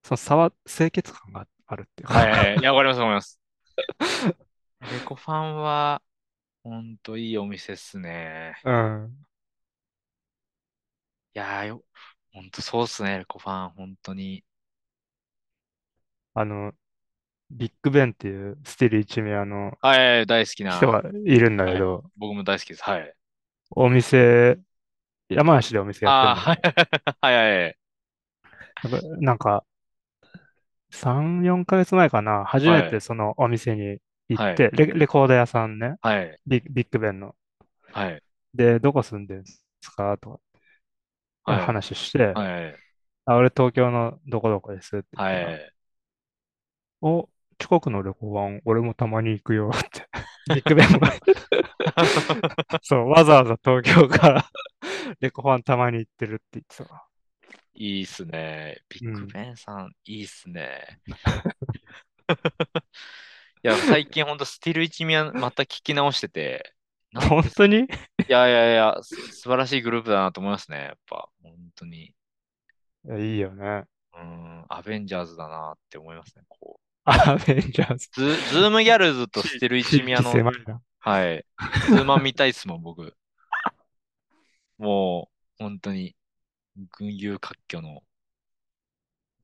[SPEAKER 2] その触、清潔感があるっていうか。
[SPEAKER 1] はい。いや、わかります、わかります。レコファンは、ほんといいお店っすね。
[SPEAKER 2] [LAUGHS] うん。
[SPEAKER 1] いやーよ、ほんとそうっすね、レコファン、ほんとに。
[SPEAKER 2] あの、ビッグベンっていうスティール一味あの
[SPEAKER 1] はい、大好きな。
[SPEAKER 2] 人がいるんだけど、
[SPEAKER 1] 僕も大好きです。はい。
[SPEAKER 2] お店、山梨でお店や
[SPEAKER 1] あ
[SPEAKER 2] って
[SPEAKER 1] あ、 [LAUGHS] はい、はい、はい。
[SPEAKER 2] るのなんか、3、4ヶ月前かな、初め
[SPEAKER 1] は
[SPEAKER 2] てそのお店に行
[SPEAKER 1] はい
[SPEAKER 2] って、レ、レコード屋さんね、
[SPEAKER 1] はい、
[SPEAKER 2] ビッ、ビッグベンの。
[SPEAKER 1] はい、
[SPEAKER 2] で、どこ住んでるんですかとか
[SPEAKER 1] はい、
[SPEAKER 2] 話して、
[SPEAKER 1] はい、
[SPEAKER 2] あ、俺東京のどこどこですって言ったら、
[SPEAKER 1] はい。
[SPEAKER 2] お、近くの旅行版、俺もたまに行くよって。 [LAUGHS] ビッ
[SPEAKER 1] [LAUGHS]
[SPEAKER 2] グベンもそう、わざわざ東京から [LAUGHS] レコファンたまに行ってるって言ってたわ。
[SPEAKER 1] いいっすね。ビッグベンさん、いいっす
[SPEAKER 2] [LAUGHS]
[SPEAKER 1] ね。いや、最近ほんと、スティル一味はまた聞き直してて、 [LAUGHS] なん
[SPEAKER 2] 本当に
[SPEAKER 1] いやいやいや、す素晴らしいグループだなと思いますね。やっぱ、本当に。
[SPEAKER 2] いやいいよね。
[SPEAKER 1] うーん、アベンジャーズだなって思いますね。こ
[SPEAKER 2] アベンジャーズ。
[SPEAKER 1] う。ズ、ズームギャルズとスティル一味あの、
[SPEAKER 2] 狭いな。
[SPEAKER 1] はい。ズーマン見たいっすもん、僕。 [LAUGHS] もう、本当に、群雄割拠の。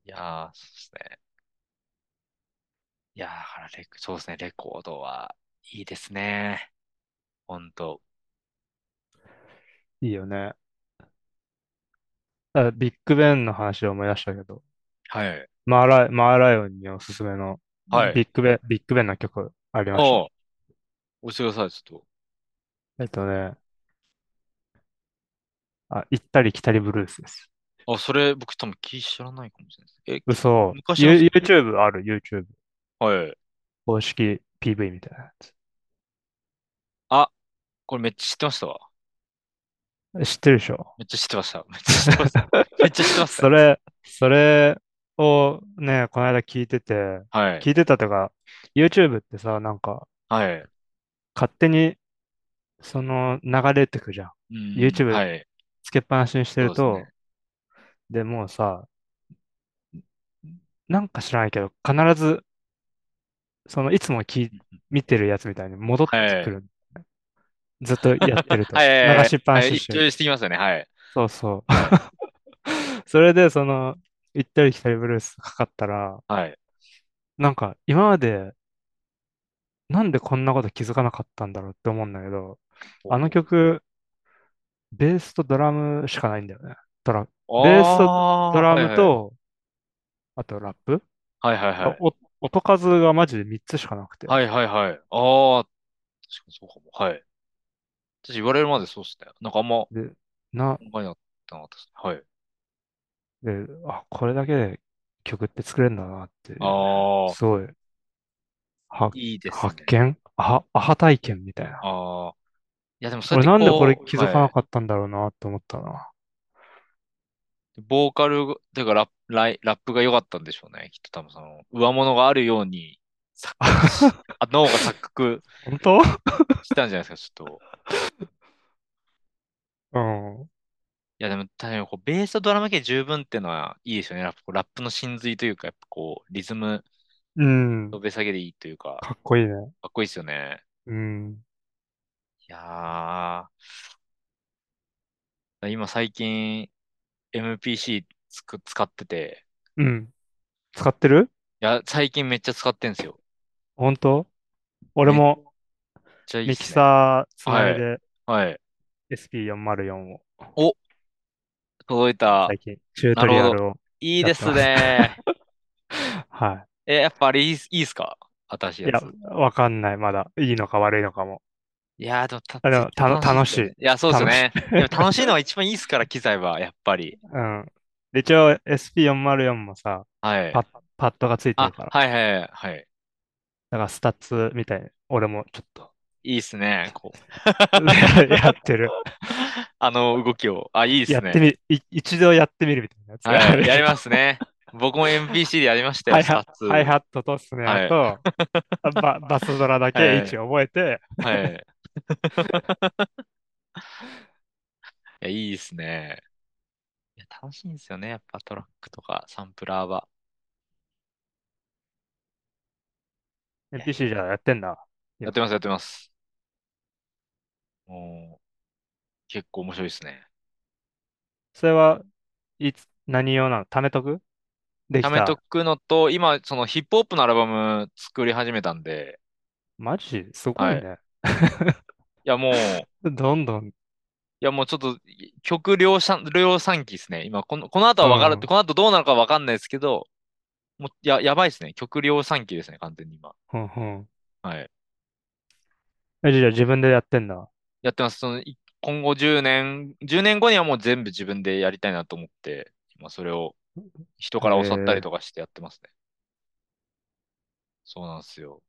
[SPEAKER 1] いやー、そうですね。いやー、だからレコ、そうですね、レコードは、いいですね。本当。
[SPEAKER 2] いいよね。あビッグベンの話で思い出したけど、
[SPEAKER 1] はい。
[SPEAKER 2] マーライ、マーライオンにおすすめの
[SPEAKER 1] はい
[SPEAKER 2] ビッグベン、ビッグベンの曲ありました。
[SPEAKER 1] おう、教えてください、ちょっと。
[SPEAKER 2] えっとね、あ、行ったり来たりブルースです。
[SPEAKER 1] あ、それ、僕多分聞い知らないかもしれないです。
[SPEAKER 2] 嘘。
[SPEAKER 1] 昔の
[SPEAKER 2] You- YouTube ある、YouTube。
[SPEAKER 1] え、はい。
[SPEAKER 2] 公式 PV みたいなやつ。
[SPEAKER 1] これめっちゃ知ってましたわ。
[SPEAKER 2] 知ってるでしょ
[SPEAKER 1] めっちゃ知ってました。めっちゃ [LAUGHS] 知ってま
[SPEAKER 2] [LAUGHS]
[SPEAKER 1] した。めっちゃ知ってます
[SPEAKER 2] そ。れ、それをね、この間聞いてて、
[SPEAKER 1] はい。
[SPEAKER 2] 聞いてたとか、YouTube ってさ、なんか、
[SPEAKER 1] はい。
[SPEAKER 2] 勝手に、その、流れてくじゃん。
[SPEAKER 1] うん、
[SPEAKER 2] YouTube
[SPEAKER 1] はい。
[SPEAKER 2] つけっぱなしにしてる
[SPEAKER 1] そう
[SPEAKER 2] と
[SPEAKER 1] です、
[SPEAKER 2] で、もうさ、なんか知らないけど、必ず、その、いつも聞い見てるやつみたいに戻ってくる。ずっとやってると。
[SPEAKER 1] [LAUGHS] はいはいはい
[SPEAKER 2] 流しっぱな
[SPEAKER 1] はい
[SPEAKER 2] しして
[SPEAKER 1] 一
[SPEAKER 2] る
[SPEAKER 1] 応してきますよね。はい。
[SPEAKER 2] そうそう。 [LAUGHS] それで、その、行ったり来たりブルースかかったら、
[SPEAKER 1] はい。
[SPEAKER 2] なんか、今まで、なんでこんなこと気づかなかったんだろうって思うんだけど、あの曲、ベースとドラムしかないんだよね。トラ、
[SPEAKER 1] お、
[SPEAKER 2] ベースと
[SPEAKER 1] と
[SPEAKER 2] ドラム、と、あとラップ
[SPEAKER 1] はいはいはい。
[SPEAKER 2] お音数がマジで3つしかなくて。
[SPEAKER 1] はいはいはい。ああ、確かにそうかも。はい。私言われるまでそうっすね。なんかあんま考
[SPEAKER 2] で、な、
[SPEAKER 1] えなかったなかったですね。はい。
[SPEAKER 2] で、あ、これだけで曲って作れるんだなっていうね
[SPEAKER 1] ああ、
[SPEAKER 2] すごい、発
[SPEAKER 1] いいですね。
[SPEAKER 2] 発見アハ、アハ体験みたいな。
[SPEAKER 1] ああ。いやでもそ
[SPEAKER 2] 俺
[SPEAKER 1] れ
[SPEAKER 2] なんでこれ気づかな
[SPEAKER 1] っ
[SPEAKER 2] かったんだろうなって思ったな。
[SPEAKER 1] たボーカルというかラップライラップが良かったんでしょうね。きっと多分その上物があるように錯覚
[SPEAKER 2] [LAUGHS]
[SPEAKER 1] しあ脳が錯覚
[SPEAKER 2] 本当
[SPEAKER 1] したんじゃないですか、ちょっと。
[SPEAKER 2] うん。
[SPEAKER 1] いや、でも、確かにこう、ベースとドラム系十分っていうのはいいですよね。やっぱこうラップの真髄というか、やっぱこう、リズム
[SPEAKER 2] [LAUGHS] うん
[SPEAKER 1] の。べ下げでいいという
[SPEAKER 2] [LAUGHS]
[SPEAKER 1] か、
[SPEAKER 2] かっこいいね。
[SPEAKER 1] かっこいいですよね。
[SPEAKER 2] うん。
[SPEAKER 1] いやー、今最近 MPC つく使ってて、
[SPEAKER 2] うん。使ってる
[SPEAKER 1] いや、最近めっちゃ使ってんすよ。
[SPEAKER 2] 本当俺も
[SPEAKER 1] めっちゃいいっ
[SPEAKER 2] ミ
[SPEAKER 1] す
[SPEAKER 2] キ
[SPEAKER 1] ね。
[SPEAKER 2] サーつないで
[SPEAKER 1] はい。
[SPEAKER 2] SP404 を
[SPEAKER 1] 届いた。
[SPEAKER 2] 最近チュートリアルを。
[SPEAKER 1] いいですね。
[SPEAKER 2] は
[SPEAKER 1] え、やっぱあれいいっす、いいっすか新しい
[SPEAKER 2] い。い
[SPEAKER 1] や
[SPEAKER 2] や
[SPEAKER 1] つ。、
[SPEAKER 2] わかんない。まだいいのか悪いのかも。
[SPEAKER 1] いやー、でもた、
[SPEAKER 2] あでも
[SPEAKER 1] 絶対
[SPEAKER 2] たの
[SPEAKER 1] 楽しいっすよね。いや、そうですよ
[SPEAKER 2] 楽し
[SPEAKER 1] ね。でも楽しいのが一番いいっすから、機材は、やっぱり。
[SPEAKER 2] うん。で、一応 SP404 もさ、
[SPEAKER 1] はい。
[SPEAKER 2] パッパッドがついて
[SPEAKER 1] あ
[SPEAKER 2] るから。、
[SPEAKER 1] はいはいはい。
[SPEAKER 2] だからスタッツみたいに、俺もちょっ
[SPEAKER 1] [LAUGHS]
[SPEAKER 2] と
[SPEAKER 1] いいっすね。こう。
[SPEAKER 2] やってる。
[SPEAKER 1] あの動きを。あ、いいっす
[SPEAKER 2] やっ
[SPEAKER 1] ね。
[SPEAKER 2] てみ、い一度やってみるみたいなやつがあ
[SPEAKER 1] は
[SPEAKER 2] る
[SPEAKER 1] い、やりますね。僕も MPC でやりました
[SPEAKER 2] ハ
[SPEAKER 1] よ、
[SPEAKER 2] イ
[SPEAKER 1] スタ
[SPEAKER 2] ハ
[SPEAKER 1] ッツ。
[SPEAKER 2] [LAUGHS] ハイハットとスネアと、あバ
[SPEAKER 1] [LAUGHS]
[SPEAKER 2] バスドラだ
[SPEAKER 1] はい
[SPEAKER 2] け位置覚えて、
[SPEAKER 1] はい。 [LAUGHS] いや、いいですね。いや、楽しいんですよね。やっぱトラックとかサンプラーは。い
[SPEAKER 2] NPC じゃやってんだ。
[SPEAKER 1] やってます、やってます。もう、結構面白いですね。
[SPEAKER 2] それはいつ、何用なの貯めとくでき
[SPEAKER 1] ため
[SPEAKER 2] た。
[SPEAKER 1] とくのと、今、そのヒップホップのアルバム作り始めたんで、
[SPEAKER 2] マジすごいね。
[SPEAKER 1] いや、もう、い
[SPEAKER 2] どんどん。
[SPEAKER 1] や、もうちょっと、曲量産、量産期ですね。今、この、この後はわかる、
[SPEAKER 2] うん
[SPEAKER 1] この後どうなるかわかんないですけど、もう、や、やばいですね。曲量産期ですね、完全に今。
[SPEAKER 2] ふんふん
[SPEAKER 1] はい。
[SPEAKER 2] え、じゃあ自分でやってんだ。
[SPEAKER 1] やってます。その、い今後10年、10年後にはもう全部自分でやりたいなと思って、今それを人から教わったりとかしてやってますね。そうなんですよ。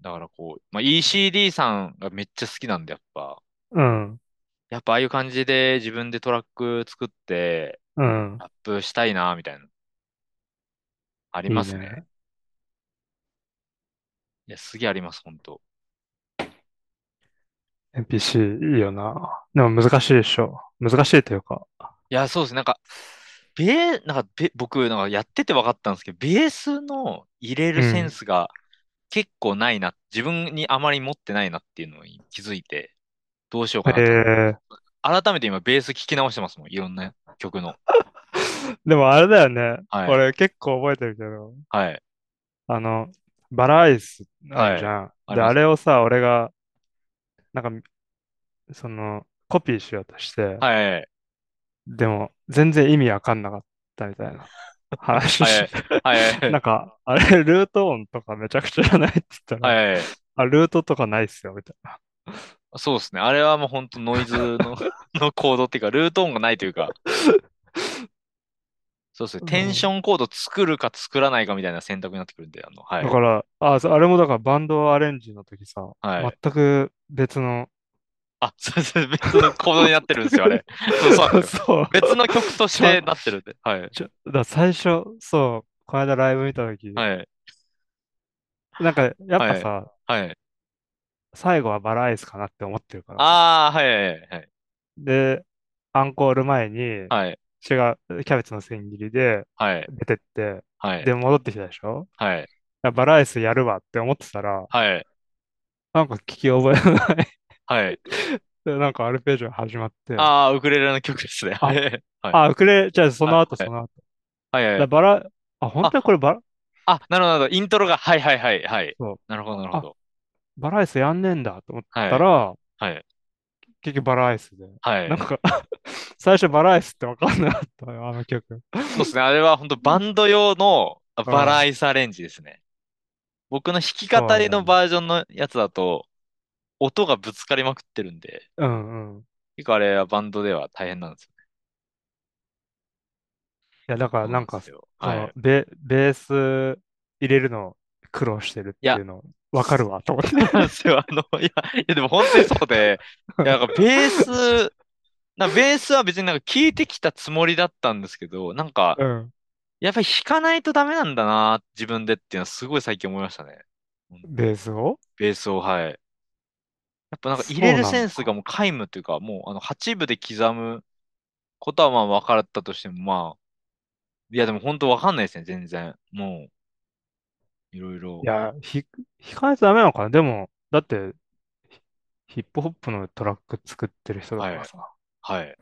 [SPEAKER 1] だからこう、まあ、ECD さんがめっちゃ好きなんで、やっぱ。
[SPEAKER 2] うん。
[SPEAKER 1] やっぱああいう感じで自分でトラック作って、
[SPEAKER 2] うん。
[SPEAKER 1] アップしたいな、みたいな。あります
[SPEAKER 2] いい
[SPEAKER 1] ね。いや、すげえあります、ほんと。
[SPEAKER 2] NPC いいよな。でも難しいでしょ。難しいというか。
[SPEAKER 1] いや、そうですね。なんか、ベー、なんかベ、僕、なんかやってて分かったんですけど、ベースの入れるセンスが結構ないな、自分にあまり持ってないなっていうのに気づいて、どうしようかな
[SPEAKER 2] へ
[SPEAKER 1] と。
[SPEAKER 2] え。
[SPEAKER 1] 改めて今、ベース聞き直してますもん、いろんな曲の。
[SPEAKER 2] でもあれだよね。
[SPEAKER 1] はい
[SPEAKER 2] 俺結構覚えてるけど、
[SPEAKER 1] はい。
[SPEAKER 2] あの、バラアイスあるじゃん。
[SPEAKER 1] あります
[SPEAKER 2] で、あれをさ、俺が、なんか、その、コピーしようとして、
[SPEAKER 1] はい。はい。
[SPEAKER 2] でも、全然意味わかんなかったみたいな話をし
[SPEAKER 1] はい。
[SPEAKER 2] [LAUGHS] なんか、あれ、ルート音とかめちゃくちゃじゃないって言ったら、
[SPEAKER 1] はい。
[SPEAKER 2] あ、ルートとかないっすよ、みたいな。
[SPEAKER 1] そうですね。あれはもう本当ノイズ
[SPEAKER 2] [LAUGHS]
[SPEAKER 1] の、のコードっていうか、ルート音がないというか。そうですね。テンションコード作るか作らないかみたいな選択になってくるんで、あの、はい。
[SPEAKER 2] だから、あ、そうあれもだからバンドアレンジの時さ、
[SPEAKER 1] はい。
[SPEAKER 2] 全く別の、
[SPEAKER 1] あ、そうそう、別のコードになってるんですよ、あ
[SPEAKER 2] [LAUGHS]
[SPEAKER 1] れ。そうそうなんですよ。
[SPEAKER 2] そう、
[SPEAKER 1] 別の曲としてなってるんで。はい。
[SPEAKER 2] ちょだから最初、そう、この間ライブ見た時、
[SPEAKER 1] はい。
[SPEAKER 2] なんか、やっ
[SPEAKER 1] は
[SPEAKER 2] ぱ
[SPEAKER 1] い
[SPEAKER 2] さ、
[SPEAKER 1] はい。
[SPEAKER 2] 最後はバラアイスかなって思ってるからさ。
[SPEAKER 1] ああ、はいはいはい。
[SPEAKER 2] で、アンコール前に、
[SPEAKER 1] はい。
[SPEAKER 2] 違う、キャベツの千切りで
[SPEAKER 1] はい。
[SPEAKER 2] 出てって、
[SPEAKER 1] はい。
[SPEAKER 2] で、戻ってきたでしょ
[SPEAKER 1] はい。
[SPEAKER 2] だからバラアイスやるわって思ってたら、
[SPEAKER 1] はい。
[SPEAKER 2] なんか聞き覚えのない
[SPEAKER 1] はい。
[SPEAKER 2] で、 [LAUGHS] なんかアルペジオ始まって、あ、
[SPEAKER 1] ああ、ウクレレの曲ですね。
[SPEAKER 2] あ
[SPEAKER 1] はい。はい。
[SPEAKER 2] ウクレレ、じゃあその後、
[SPEAKER 1] はい
[SPEAKER 2] その後。
[SPEAKER 1] はいは
[SPEAKER 2] だ
[SPEAKER 1] い。
[SPEAKER 2] バラ、あ、本当にこれバラ、
[SPEAKER 1] あ、なるほど、なるほど。イントロが、はいはいはい。はい
[SPEAKER 2] そう。
[SPEAKER 1] なるほど、なるほど。
[SPEAKER 2] バラアイスやんねえんだと思った
[SPEAKER 1] はい。
[SPEAKER 2] ら、
[SPEAKER 1] はい。
[SPEAKER 2] 結局バラアイスで。
[SPEAKER 1] はい
[SPEAKER 2] なん。か、 [LAUGHS] 最初バラアイスってわかんなかったよ、あの曲。
[SPEAKER 1] そうですね。あれは本当バンド用のあ
[SPEAKER 2] うん
[SPEAKER 1] バラアイスアレンジですね。僕の弾き語りのバージョンのやつだと、音がぶつかりまくってるんで、
[SPEAKER 2] うんうん。い
[SPEAKER 1] 結構あれはバンドでは大変なんですよね。
[SPEAKER 2] や、だから
[SPEAKER 1] そう
[SPEAKER 2] なんか
[SPEAKER 1] です、よ。
[SPEAKER 2] そ
[SPEAKER 1] はい。
[SPEAKER 2] のベ、ベース入れるの苦労してるっていうのわかるわと思って。
[SPEAKER 1] [LAUGHS] なんですよ。あの、いや、いやでも本当にそうで、いや、なんかベース、なベースは別になんか聞いてきたつもりだったんですけど、なんか
[SPEAKER 2] うん。
[SPEAKER 1] やっぱり弾かないとダメなんだな、自分でっていうのはすごい最近思いましたね。うん
[SPEAKER 2] ベースを
[SPEAKER 1] ベースを、はい。やっぱなんか入
[SPEAKER 2] そう
[SPEAKER 1] れる
[SPEAKER 2] なの
[SPEAKER 1] センスがもう皆無というか、もうあの8部で刻むことはまあ分かったとしても、まあ、いやでも本当分かんないですね、全然。もう、いろいろ
[SPEAKER 2] い。や、ひ、弾かないとダメなのかなでも、だって、ヒヒップホップのトラック作ってる人だからさ、
[SPEAKER 1] はい。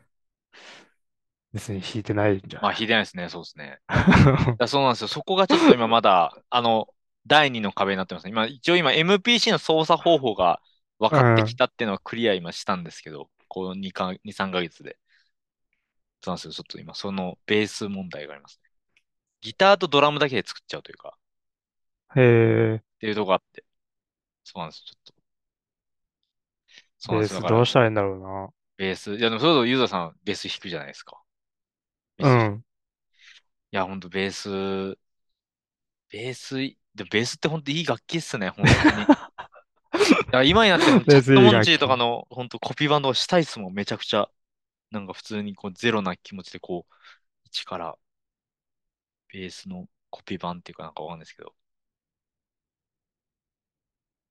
[SPEAKER 2] 別に弾いてないんじゃ
[SPEAKER 1] まあ
[SPEAKER 2] ない
[SPEAKER 1] 弾いてないですね、そうですね。だそうなんですよ。そこがちょっと今まだ、 [LAUGHS] あの、第二の壁になってますね。今、一応今 MPC の操作方法が分かってきたっていうのはクリア今したんですけど、この2か、2、3ヶ月で。そうなんですよ。ちょっと今、そのベース問題がありますね。ギターとドラムだけで作っちゃうというか、っ
[SPEAKER 2] [LAUGHS] へえ、
[SPEAKER 1] ていうとこがあって。そうなんですよ。ちょっと。そう
[SPEAKER 2] ベ
[SPEAKER 1] なんで
[SPEAKER 2] ー
[SPEAKER 1] すよ。だ
[SPEAKER 2] ス
[SPEAKER 1] か
[SPEAKER 2] ど
[SPEAKER 1] ら
[SPEAKER 2] うしたらいいんだろ
[SPEAKER 1] ベース。いや、でもそれぞれユーザーさんベース弾くじゃないですか。
[SPEAKER 2] うな。うん。
[SPEAKER 1] いや、ほんとベース、ベースい、でベースってほんといい楽器っすね、ほん
[SPEAKER 2] [LAUGHS]
[SPEAKER 1] とに。いや、今になって、チャ
[SPEAKER 2] ベー
[SPEAKER 1] ッ
[SPEAKER 2] ス
[SPEAKER 1] ト
[SPEAKER 2] いい楽器
[SPEAKER 1] モンチーとかの、ほんとコピーバンドをしたいっすもん、めちゃくちゃ。なんか普通にこう、ゼロな気持ちでこう、一から、ベースのコピー版っていうかなんかわかんないですけど。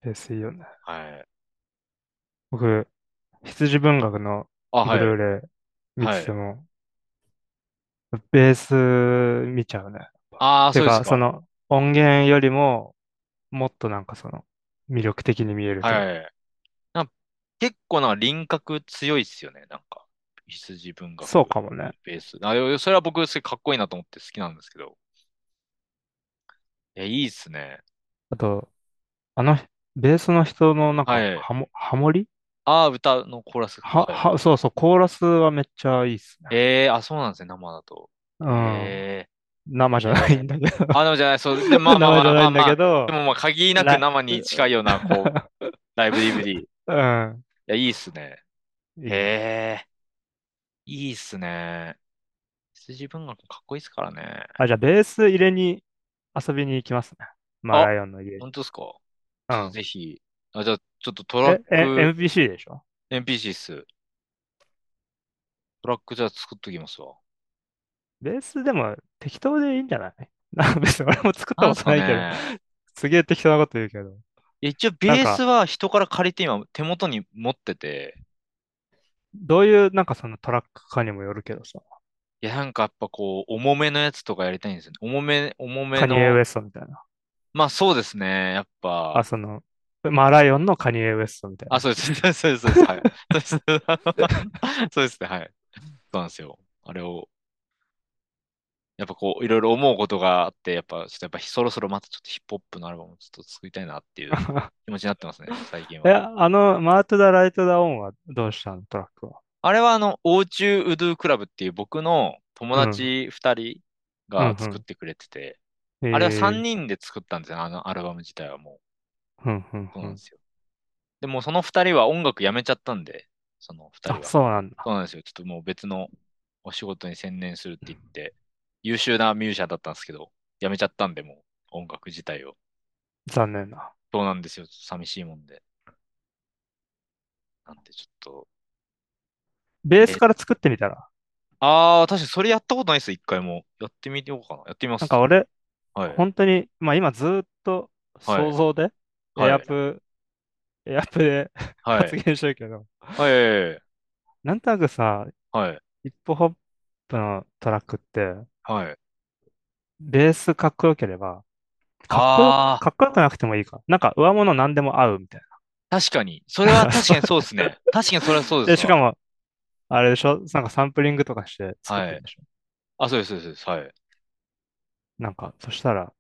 [SPEAKER 2] ベースいいよね。
[SPEAKER 1] はい。
[SPEAKER 2] 僕、羊文学の
[SPEAKER 1] あ、
[SPEAKER 2] ブ
[SPEAKER 1] はい。
[SPEAKER 2] ルーレイ見てても、ベース見ちゃうね。
[SPEAKER 1] ああ、
[SPEAKER 2] て
[SPEAKER 1] そうです
[SPEAKER 2] か、
[SPEAKER 1] か。
[SPEAKER 2] その音源よりも、もっとなんかその、魅力的に見えるというか
[SPEAKER 1] はい。なんか結構なんか輪郭強いっすよね、なんか。羊文学
[SPEAKER 2] そうかもね。
[SPEAKER 1] ベース。あ、よそれは僕、すごいかっこいいなと思って好きなんですけど。いや、いいっすね。
[SPEAKER 2] あと、あの、ベースの人のなんか、
[SPEAKER 1] はい
[SPEAKER 2] ハモ、ハモリ
[SPEAKER 1] ああ、歌のコーラス。は
[SPEAKER 2] は、
[SPEAKER 1] い
[SPEAKER 2] は、そうそう、コーラスはめっちゃいいっすね。
[SPEAKER 1] ええあ、そうなんですね、生だと。
[SPEAKER 2] うん。
[SPEAKER 1] ええ
[SPEAKER 2] 生じゃないんだけど。
[SPEAKER 1] あ、でもじゃない、そう、でもまあまあ
[SPEAKER 2] [LAUGHS] 生じ
[SPEAKER 1] ま
[SPEAKER 2] ゃない
[SPEAKER 1] あ
[SPEAKER 2] ん
[SPEAKER 1] まあ
[SPEAKER 2] だけ
[SPEAKER 1] まあ、
[SPEAKER 2] ど
[SPEAKER 1] で、もまあ、限りなく
[SPEAKER 2] ラ
[SPEAKER 1] 生に近いような、こう、
[SPEAKER 2] [LAUGHS]
[SPEAKER 1] ライブ DVD。い
[SPEAKER 2] うん。
[SPEAKER 1] や、いいっすね。
[SPEAKER 2] いいね
[SPEAKER 1] ええいいっすね。羊文学もかっこいいっすからね。
[SPEAKER 2] あ、じゃあ、ベース入れに遊びに行きますね。マ
[SPEAKER 1] あ
[SPEAKER 2] ーライオンの家に。
[SPEAKER 1] 本当ですか
[SPEAKER 2] う
[SPEAKER 1] ちょっと
[SPEAKER 2] ん。
[SPEAKER 1] ぜひ。あ、じゃあ、ちょっとトラッ
[SPEAKER 2] え、
[SPEAKER 1] ク、
[SPEAKER 2] え、MPC でしょ
[SPEAKER 1] NPC っす。トラックじゃあ作っときますわ。
[SPEAKER 2] ベースでも適当でいいんじゃない [LAUGHS] なん別に俺も作った
[SPEAKER 1] なん
[SPEAKER 2] こ
[SPEAKER 1] す
[SPEAKER 2] と
[SPEAKER 1] か
[SPEAKER 2] ないけど、
[SPEAKER 1] ね。
[SPEAKER 2] すげえ適当なこと言うけど。
[SPEAKER 1] いや一応、ベ
[SPEAKER 2] なん
[SPEAKER 1] ー
[SPEAKER 2] か
[SPEAKER 1] スは人から借りて今、手元に持ってて、
[SPEAKER 2] どういう、なんかそのトラックかにもよるけどさ。
[SPEAKER 1] いや、なんかやっぱこう、重めのやつとかやりたいんですよね。重め、重め
[SPEAKER 2] カニエ・
[SPEAKER 1] の
[SPEAKER 2] ウ。エストみたいな。
[SPEAKER 1] まあそうですね。やっ
[SPEAKER 2] あ、
[SPEAKER 1] ぱ。
[SPEAKER 2] その、マーライオンのカニエ・ウエストみたい
[SPEAKER 1] あ、
[SPEAKER 2] な。
[SPEAKER 1] そうです。 [LAUGHS] そうです。そうです。はい。そうです。 [LAUGHS] そうですね。はい。そうなんですよ。あれを。やっぱこう、いろいろ思うことがあって、やっぱ、ちょっとやっぱそろそろまたちょっとヒップホップのアルバムをちょっと作りたいなっていう気持ちになってますね、最近
[SPEAKER 2] え、
[SPEAKER 1] は。
[SPEAKER 2] あの、マート・ダ・ライト・ダ・オンはどうしたのトラックは。
[SPEAKER 1] あれはあの、オーチュー・ウドゥ・クラブっていう僕の友達2人
[SPEAKER 2] うんう
[SPEAKER 1] が
[SPEAKER 2] ん
[SPEAKER 1] 作ってくれてて、
[SPEAKER 2] え
[SPEAKER 1] あれは3
[SPEAKER 2] ー
[SPEAKER 1] 人で作ったんですよ、あのアルバム自体はもう。
[SPEAKER 2] うんうん
[SPEAKER 1] そう
[SPEAKER 2] う
[SPEAKER 1] なん
[SPEAKER 2] ん
[SPEAKER 1] ですよ。でもその二人は音楽やめちゃったんで、その二人
[SPEAKER 2] あ、
[SPEAKER 1] は。
[SPEAKER 2] そうなんだ。
[SPEAKER 1] そうなんですよ。ちょっともう別のお仕事に専念するって言って、優秀なミュージシャンだったんですけど、やめちゃったんで、もう音楽自体を。
[SPEAKER 2] 残念な。
[SPEAKER 1] そうなんですよ。寂しいもんで。なんでちょっと。
[SPEAKER 2] ベースから作ってみたら。
[SPEAKER 1] ああ、確かにそれやったことないです、一回も。やってみようかな。やってみま
[SPEAKER 2] なん
[SPEAKER 1] す。
[SPEAKER 2] か俺、
[SPEAKER 1] はい。
[SPEAKER 2] 本当に、まあ今ずーっと
[SPEAKER 1] はい
[SPEAKER 2] 想像で、
[SPEAKER 1] はい
[SPEAKER 2] エアプ、エアプで
[SPEAKER 1] は
[SPEAKER 2] 発
[SPEAKER 1] い。
[SPEAKER 2] 言してるけど、
[SPEAKER 1] はい。
[SPEAKER 2] なんとなくさ、
[SPEAKER 1] はい。
[SPEAKER 2] ヒップホップのトラックって、
[SPEAKER 1] はい。
[SPEAKER 2] ベースかっこよければ、かっこよ、
[SPEAKER 1] ああ、
[SPEAKER 2] かっこよくなくてもいいか。なんか上物何でも合うみたい
[SPEAKER 1] 確かに。それは確かにそうです [LAUGHS] ね。確かにそれはそう
[SPEAKER 2] な。
[SPEAKER 1] で
[SPEAKER 2] で、
[SPEAKER 1] す
[SPEAKER 2] し
[SPEAKER 1] わ
[SPEAKER 2] かも、あれでしょなんかサンプリングとかして作ってるでしょ
[SPEAKER 1] あ、そうです、そうですそうです。はい。
[SPEAKER 2] なんか、そしたら、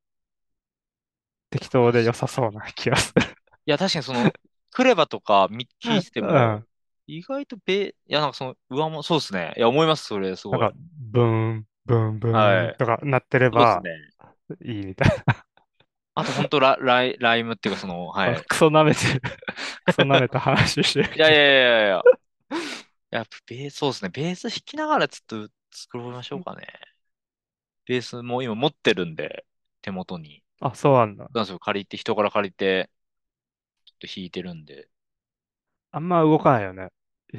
[SPEAKER 2] 適当で良さそうな気がする。
[SPEAKER 1] いや、確かにその、クレバとかみ聞いてて
[SPEAKER 2] うん。な
[SPEAKER 1] も、意外とべ、いや、なんかその、上も、そうですね。いや、思います、それ、すご
[SPEAKER 2] ん
[SPEAKER 1] い。
[SPEAKER 2] か、ブーン、ブーン、ブ
[SPEAKER 1] は
[SPEAKER 2] ーン
[SPEAKER 1] い
[SPEAKER 2] とかなってれ
[SPEAKER 1] そうです
[SPEAKER 2] ば
[SPEAKER 1] ね。
[SPEAKER 2] いいみたい
[SPEAKER 1] あと、本当ラ、ライ、ライムっていうか、その、は
[SPEAKER 2] な。
[SPEAKER 1] い。
[SPEAKER 2] [LAUGHS] クソ舐めてる。クソ舐めた話してる
[SPEAKER 1] いやいやいやいやいや。やっぱ、ベース、そうですね。ベース弾きながら、ちょっと、作りましょうかね。ベースも今持ってるんで、手元に。
[SPEAKER 2] あ、そうなんだ。
[SPEAKER 1] ダンスを借りて、人から借りて、ちょっと弾いてるんで。
[SPEAKER 2] あんま動かないよね。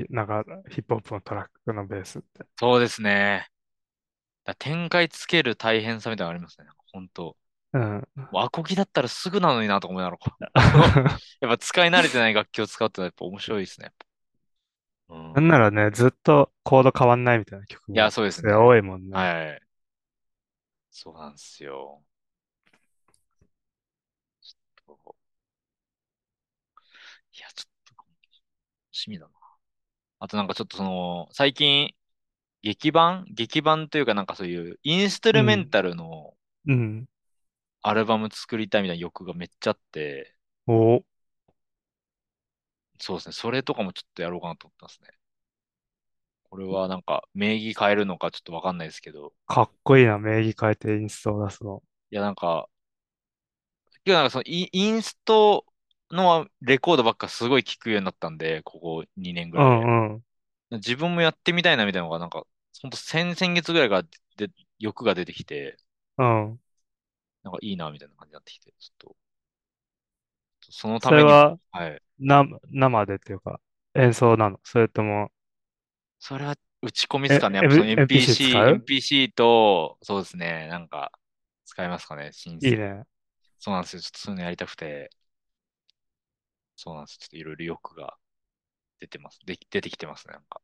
[SPEAKER 2] なんか、ヒップホップのトラックのベースって。
[SPEAKER 1] そうですね。だ展開つける大変さみたいなのありますね。本当。 [LAUGHS]
[SPEAKER 2] うん。
[SPEAKER 1] もうアコギだったらすぐなのになとか思いながら。やっぱ使い慣れてない楽器を使うってのはやっぱ面白いですね。やっぱ
[SPEAKER 2] なんならね、ずっとコード変わんないみたいな曲
[SPEAKER 1] うん、いや、
[SPEAKER 2] も
[SPEAKER 1] そうですね。
[SPEAKER 2] 多いもんね。
[SPEAKER 1] はい。そうなんですよ。ちょっと。いや、ちょっと、楽しみだな。あとなんかちょっとその、最近、劇版劇版というかなんかそういうインストゥルメンタルの
[SPEAKER 2] うん。
[SPEAKER 1] アルバム作りたいみたいな欲がめっちゃあって、
[SPEAKER 2] お、
[SPEAKER 1] そうですね。それとかもちょっとやろうかなと思ってますね。これはなんか名義変えるのかちょっとわかんないですけど、
[SPEAKER 2] かっこいいな、名義変えてインストを出すの。
[SPEAKER 1] いや、なんか、結構なんかそのイン、インストのレコードばっかすごい聞くようになったんで、ここ2年ぐ
[SPEAKER 2] う
[SPEAKER 1] らいで。
[SPEAKER 2] んうん。
[SPEAKER 1] 自分もやってみたいなみたいなのが、なんか、ほんと先々月ぐらいからで欲が出てきて、
[SPEAKER 2] うん。
[SPEAKER 1] なんかいいなみたいな感じになってきて、ちょっと、そのた
[SPEAKER 2] それ
[SPEAKER 1] めに、
[SPEAKER 2] は
[SPEAKER 1] はい。
[SPEAKER 2] な、生でっていうか、演奏なのそれとも、
[SPEAKER 1] それは打ち込みですかね。
[SPEAKER 2] え
[SPEAKER 1] やっぱその
[SPEAKER 2] M- MPC 使う
[SPEAKER 1] MPC、MPC と、そうですね、なんか、使いますかね、シン
[SPEAKER 2] いい
[SPEAKER 1] セ。
[SPEAKER 2] ね。
[SPEAKER 1] そうなんですよ。ちょっとそういうのやりたくて。そうなんです。ちょっといろいろ欲が出てます。で、出てきてますね。なんか。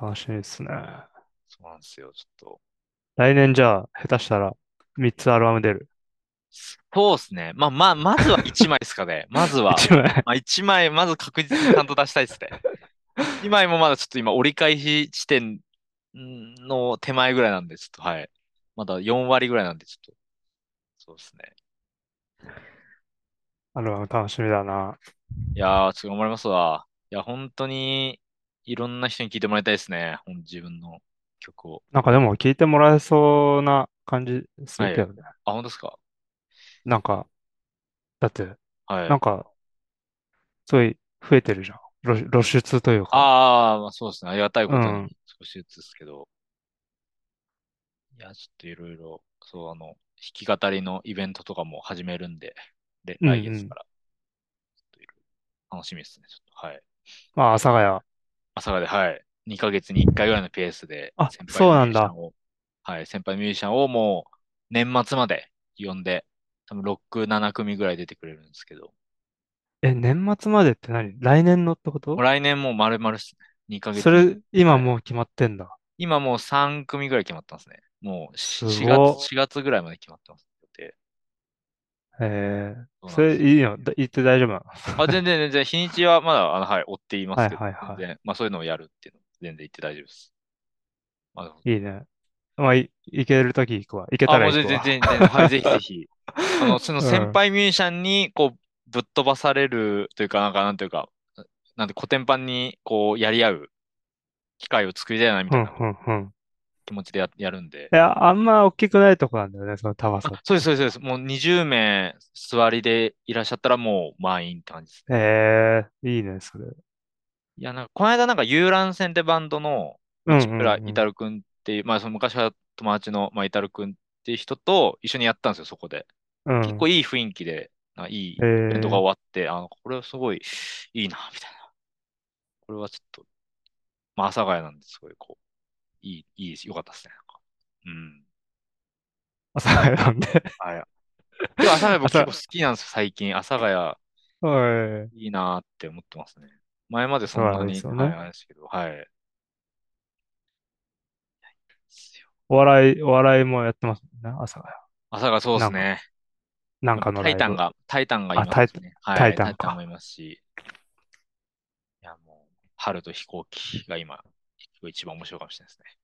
[SPEAKER 2] 楽しみですね。
[SPEAKER 1] そうなんですよ。ちょっと。
[SPEAKER 2] 来年じゃあ、下手したら3つアルバム出る。
[SPEAKER 1] そうですね。まあ、まあ、まずは1枚ですか
[SPEAKER 2] [LAUGHS]
[SPEAKER 1] ね。まずは。
[SPEAKER 2] 一枚。
[SPEAKER 1] まあ、1枚、まず確実にちゃんと出したいですね。1枚もまだちょっと今折り返し地点の手前ぐらいなんで、ちょっとはい。まだ4割ぐらいなんで、ちょっと。そうですね。
[SPEAKER 2] アルバム楽しみだな。
[SPEAKER 1] いやー、ちょっと頑張りますわ。いや、本当に、いろんな人に聞いてもらいたいですね。ほん自分の曲を。
[SPEAKER 2] なんかでも聞いてもらえそうな感じするけどね。
[SPEAKER 1] あ、本当ですか
[SPEAKER 2] なんか、だって、
[SPEAKER 1] はい。
[SPEAKER 2] なんか、すごい増えてるじゃん。露露出というか。
[SPEAKER 1] ああ、まあそうですね。ありがたいことに
[SPEAKER 2] うん
[SPEAKER 1] 少しずつですけど。いや、ちょっといろいろ、そう、あの、弾き語りのイベントとかも始めるんで、で、
[SPEAKER 2] うんうん
[SPEAKER 1] 来月から。ちょっといろいろ楽しみですね。ちょっと、はい。
[SPEAKER 2] まあ、阿佐ヶ谷。
[SPEAKER 1] 朝がで、はい。2ヶ月に1回ぐらいのペースで、
[SPEAKER 2] あ
[SPEAKER 1] 先輩
[SPEAKER 2] そう
[SPEAKER 1] の
[SPEAKER 2] な
[SPEAKER 1] ミュー
[SPEAKER 2] ん
[SPEAKER 1] ジシ
[SPEAKER 2] だ
[SPEAKER 1] ャンを、はい。先輩ミュージシャンをもう、年末まで呼んで、多分6、7組ぐらい出てくれるんですけど、
[SPEAKER 2] え、年末までって何来年のってこと
[SPEAKER 1] もう来年もう丸々ですね。2ヶ月
[SPEAKER 2] それ、今
[SPEAKER 1] はい
[SPEAKER 2] もう決まってんだ。
[SPEAKER 1] 今もう3組ぐらい決まってますね。もうし
[SPEAKER 2] す
[SPEAKER 1] 4
[SPEAKER 2] ごっ
[SPEAKER 1] 月、4月ぐらいまで決まってますでそう
[SPEAKER 2] えー、
[SPEAKER 1] なん
[SPEAKER 2] それ
[SPEAKER 1] ですよ
[SPEAKER 2] いいのだ言って大丈夫なの
[SPEAKER 1] あ、全然全然、日にちはまだ、あの、はい、追っていますけど、
[SPEAKER 2] はいはいはい
[SPEAKER 1] 全然、まあそういうのをやるっていうの、全然言って大丈夫です。まあ、でも
[SPEAKER 2] いいね。まあ、い、行けるとき行くわ。行けた
[SPEAKER 1] あ、
[SPEAKER 2] ら
[SPEAKER 1] もう
[SPEAKER 2] 行
[SPEAKER 1] 全
[SPEAKER 2] く
[SPEAKER 1] 然
[SPEAKER 2] わ。
[SPEAKER 1] 全然、はい、ぜひぜひ。あの、その
[SPEAKER 2] うん
[SPEAKER 1] 先輩ミュージシャンに、こう、ぶっ飛ばされるというか、なんか、なんというか、なんて、コテンパンに、こう、やり合う機会を作りたいな、み
[SPEAKER 2] う
[SPEAKER 1] たい
[SPEAKER 2] ん
[SPEAKER 1] な
[SPEAKER 2] うんうん。
[SPEAKER 1] 気持ちでや、やるんで
[SPEAKER 2] い。や、あんま大きくないとこなんだよね、そのタバサ。
[SPEAKER 1] あ、そうです、そうです、そうです。もう20名座りでいらっしゃったら、もう満員って感じですね。
[SPEAKER 2] えー、いいね、それ。
[SPEAKER 1] いや、なんか、この間なんか、遊覧船ってバンドの、
[SPEAKER 2] うん
[SPEAKER 1] 内村
[SPEAKER 2] うんうん
[SPEAKER 1] イタルくんっていう、まあ、その昔は友達の、まあ、イタルくんっていう人と一緒にやったんですよ、そこで。
[SPEAKER 2] うん。
[SPEAKER 1] 結構いい雰囲気で、なんかいいイ
[SPEAKER 2] えー
[SPEAKER 1] ベントが終わって、あの、これはすごいいいな、みたいな。これはちょっと、まあ、阿佐ヶ谷なんですごい、こう、いい、いいです。よかったですね。
[SPEAKER 2] [LAUGHS]
[SPEAKER 1] なんか
[SPEAKER 2] 阿佐ヶ谷なんで。 [LAUGHS]
[SPEAKER 1] うん。はい。でも阿佐ヶ谷僕
[SPEAKER 2] 阿
[SPEAKER 1] 結
[SPEAKER 2] 佐
[SPEAKER 1] 構好きなんですよ、最近。阿佐ヶ谷
[SPEAKER 2] おい。
[SPEAKER 1] いいなーって思ってますね。前までそんな
[SPEAKER 2] そうなんで
[SPEAKER 1] に、
[SPEAKER 2] すよ
[SPEAKER 1] は
[SPEAKER 2] ね
[SPEAKER 1] い、あれですけど、はい。いやいいですよ
[SPEAKER 2] お笑い、お笑いもやってますもんね、阿佐ヶ谷。
[SPEAKER 1] 阿佐ヶ谷そうですね。
[SPEAKER 2] なんかの
[SPEAKER 1] タ
[SPEAKER 2] ライ
[SPEAKER 1] イタン
[SPEAKER 2] ブ。
[SPEAKER 1] が、タイタンがい
[SPEAKER 2] あ
[SPEAKER 1] ます
[SPEAKER 2] タイ
[SPEAKER 1] しね。はい、
[SPEAKER 2] タイタンか
[SPEAKER 1] もいますし。いや、もう、春と飛行機が今、一番面白いかもしれないですね。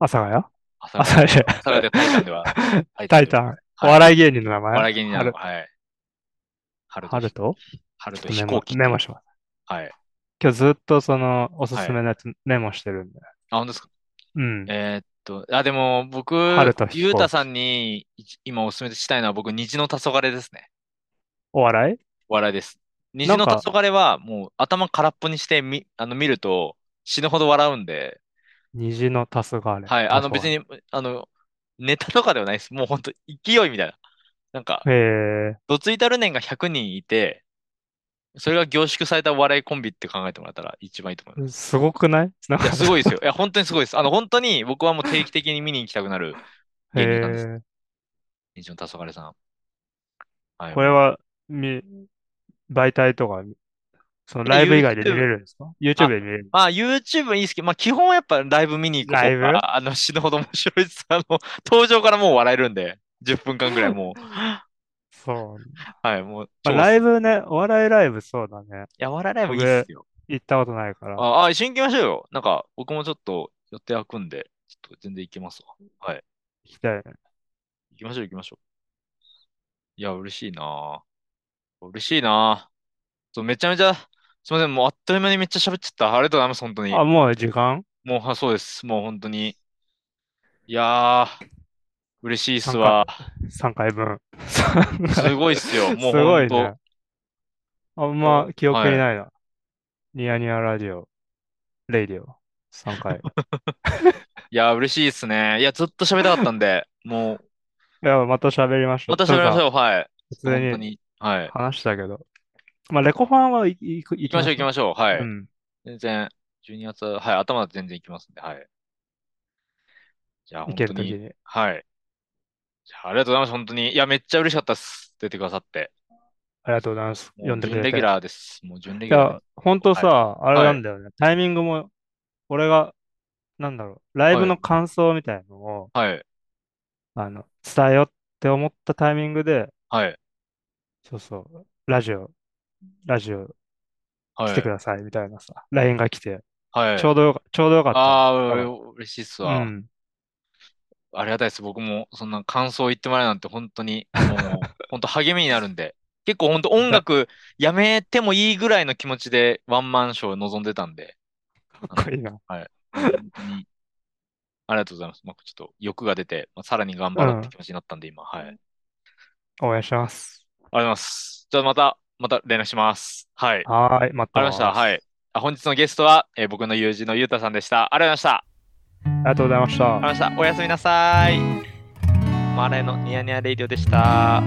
[SPEAKER 2] 阿佐ヶ谷
[SPEAKER 1] 朝
[SPEAKER 2] 阿佐ヶ
[SPEAKER 1] 朝がでタイタンで
[SPEAKER 2] [LAUGHS]
[SPEAKER 1] は、 [LAUGHS]
[SPEAKER 2] 谷。タイタン。お笑い芸人の名前
[SPEAKER 1] お笑い芸人なの
[SPEAKER 2] 春
[SPEAKER 1] か、はい。春と
[SPEAKER 2] 春
[SPEAKER 1] ひ
[SPEAKER 2] と
[SPEAKER 1] 春と
[SPEAKER 2] ちょっと
[SPEAKER 1] 飛
[SPEAKER 2] メモ
[SPEAKER 1] 行機。
[SPEAKER 2] メモします。
[SPEAKER 1] はい。
[SPEAKER 2] 今日ずっとその、おす
[SPEAKER 1] はい
[SPEAKER 2] すめのやつメモしてるんで。
[SPEAKER 1] あ、本当ですか。
[SPEAKER 2] うん。
[SPEAKER 1] えーっと、あ、でも、僕、
[SPEAKER 2] 春と飛行機
[SPEAKER 1] ゆうたさんに一今おすすめしたいのは、僕、虹の黄昏ですね。
[SPEAKER 2] お笑い
[SPEAKER 1] お笑いです。虹
[SPEAKER 2] なん
[SPEAKER 1] の黄
[SPEAKER 2] か
[SPEAKER 1] 昏は、もう、頭空っぽにしてみ、あの、見ると、死ぬほど笑うんで、
[SPEAKER 2] 虹の黄昏。
[SPEAKER 1] はい、あの
[SPEAKER 2] 黄昏
[SPEAKER 1] 別。に、あの、ネタとかではないです。もう本当勢いみたいな。なんか、
[SPEAKER 2] へえ。
[SPEAKER 1] どついたるねんが100人いて、それが凝縮されたお笑いコンビって考えてもらったら一番いいと思います
[SPEAKER 2] ごくないなん [LAUGHS]
[SPEAKER 1] す。い
[SPEAKER 2] か
[SPEAKER 1] や、すごいですよ。いや、本当にすごいです。あの、本当に僕はもう定期的に見に行きたくなる芸人なんです。
[SPEAKER 2] へ
[SPEAKER 1] 一の黄昏さん。は
[SPEAKER 2] ー
[SPEAKER 1] い
[SPEAKER 2] こ。れは、み、媒体とか、そのライブ以外で見れるんですか ?YouTube で見れる。
[SPEAKER 1] まあ、YouTube いいですけど、まあ、基本はやっぱライブ見に行く方
[SPEAKER 2] ライブ
[SPEAKER 1] が、あの、死ぬほど面白いです。あの、 [LAUGHS] 登場からもう笑えるんで、10分間ぐらい
[SPEAKER 2] [LAUGHS]
[SPEAKER 1] もう、
[SPEAKER 2] そう。
[SPEAKER 1] はい、もう、
[SPEAKER 2] まあ
[SPEAKER 1] 超
[SPEAKER 2] ライブね、お笑いライブそうだね。
[SPEAKER 1] いや、笑いライブいいっすよ。
[SPEAKER 2] 行ったことないから。
[SPEAKER 1] ああ、一緒に行きましょうよ。なんか、僕もちょっと予定開くんで、ちょっと全然行けますわ。はい。
[SPEAKER 2] 行きたいね。
[SPEAKER 1] 行きましょう、行きましょう。いや、嬉しいなぁ。嬉しいなぁ。そう、めちゃめちゃ、すみません、もうあっという間にめっちゃ喋っちゃった。ありがとうございます、本当に。
[SPEAKER 2] あ、もう時間
[SPEAKER 1] もう、は、そうです。もう本当に。いやー、嬉しいっす
[SPEAKER 2] なんか
[SPEAKER 1] わ。
[SPEAKER 2] ?3 回分。
[SPEAKER 1] すごいっす
[SPEAKER 2] [LAUGHS]
[SPEAKER 1] よ。もう
[SPEAKER 2] すご
[SPEAKER 1] 本
[SPEAKER 2] い
[SPEAKER 1] 当、
[SPEAKER 2] ね。あんま記憶
[SPEAKER 1] はい
[SPEAKER 2] にないな。ニヤニヤラジオ、レイディオ、3回。
[SPEAKER 1] [LAUGHS] いやー、嬉しいっすね。いや、ずっと喋りたかったんで、
[SPEAKER 2] [LAUGHS]
[SPEAKER 1] もう、
[SPEAKER 2] いや、また喋りましょう。
[SPEAKER 1] また喋りまし
[SPEAKER 2] う。
[SPEAKER 1] ょう。はい。
[SPEAKER 2] 普通
[SPEAKER 1] 本当
[SPEAKER 2] に
[SPEAKER 1] に。はい。行
[SPEAKER 2] 話したけど。まあ、レコファンはいい行
[SPEAKER 1] きましょう、行きましょう。は
[SPEAKER 2] う
[SPEAKER 1] い。
[SPEAKER 2] ん。
[SPEAKER 1] 全然、12月は、はい、頭だと全然行きますんで、はい。じゃあ、
[SPEAKER 2] 行
[SPEAKER 1] 本
[SPEAKER 2] け
[SPEAKER 1] 当
[SPEAKER 2] るとき
[SPEAKER 1] に、
[SPEAKER 2] に。
[SPEAKER 1] はい。じゃあ、ありがとうございます、本当に。いや、めっちゃ嬉しかったっす。出てくださって。
[SPEAKER 2] ありがとうございます。
[SPEAKER 1] もう
[SPEAKER 2] 読んでく
[SPEAKER 1] 準
[SPEAKER 2] れ
[SPEAKER 1] レギュ
[SPEAKER 2] て。
[SPEAKER 1] ラーです。もう準レ
[SPEAKER 2] い
[SPEAKER 1] ギュラー
[SPEAKER 2] や
[SPEAKER 1] で、
[SPEAKER 2] ほんとさ、あれ
[SPEAKER 1] はい
[SPEAKER 2] なんだよね。タイミングも、俺が、なんだろう、ライブ
[SPEAKER 1] はい
[SPEAKER 2] の感想みたいのを、
[SPEAKER 1] す。はい。
[SPEAKER 2] あの、伝えようって思ったタイミングで、
[SPEAKER 1] はい。
[SPEAKER 2] そうそう、ラジオ、ラジオ
[SPEAKER 1] は
[SPEAKER 2] 来てくださいみたいなさ、LINE が来て、
[SPEAKER 1] はい。
[SPEAKER 2] ちょうどよか、ちょうどよかった。
[SPEAKER 1] あ
[SPEAKER 2] だ
[SPEAKER 1] あ
[SPEAKER 2] から
[SPEAKER 1] ー、嬉しいっすわ
[SPEAKER 2] う。ん。
[SPEAKER 1] ありがたいです。僕も、そんな感想言ってもらえるなんて、本当に、もう、本当励みになるんで。 [LAUGHS] 結構、本当音楽やめてもいいぐらいの気持ちで、ワンマンショーを望んでたんで、
[SPEAKER 2] かっこいいな。
[SPEAKER 1] 本当に、ありがとうございます。まあ、ちょっと欲が出て、まあ、さらに頑張ろうって気持ちになったんで、今、はい。ありがとう
[SPEAKER 2] 応援してます。
[SPEAKER 1] ございます。じゃあ、また、また連絡します。はい。わ
[SPEAKER 2] はーい、ま
[SPEAKER 1] かりました。
[SPEAKER 2] た。
[SPEAKER 1] はい。あ本日のゲストは、えー僕の友人のゆうたさんでした。ありがとうございました。
[SPEAKER 2] ありがとうございました。
[SPEAKER 1] ありがとうございました。おやすみなさい。マーレのニヤニヤレイディオでした。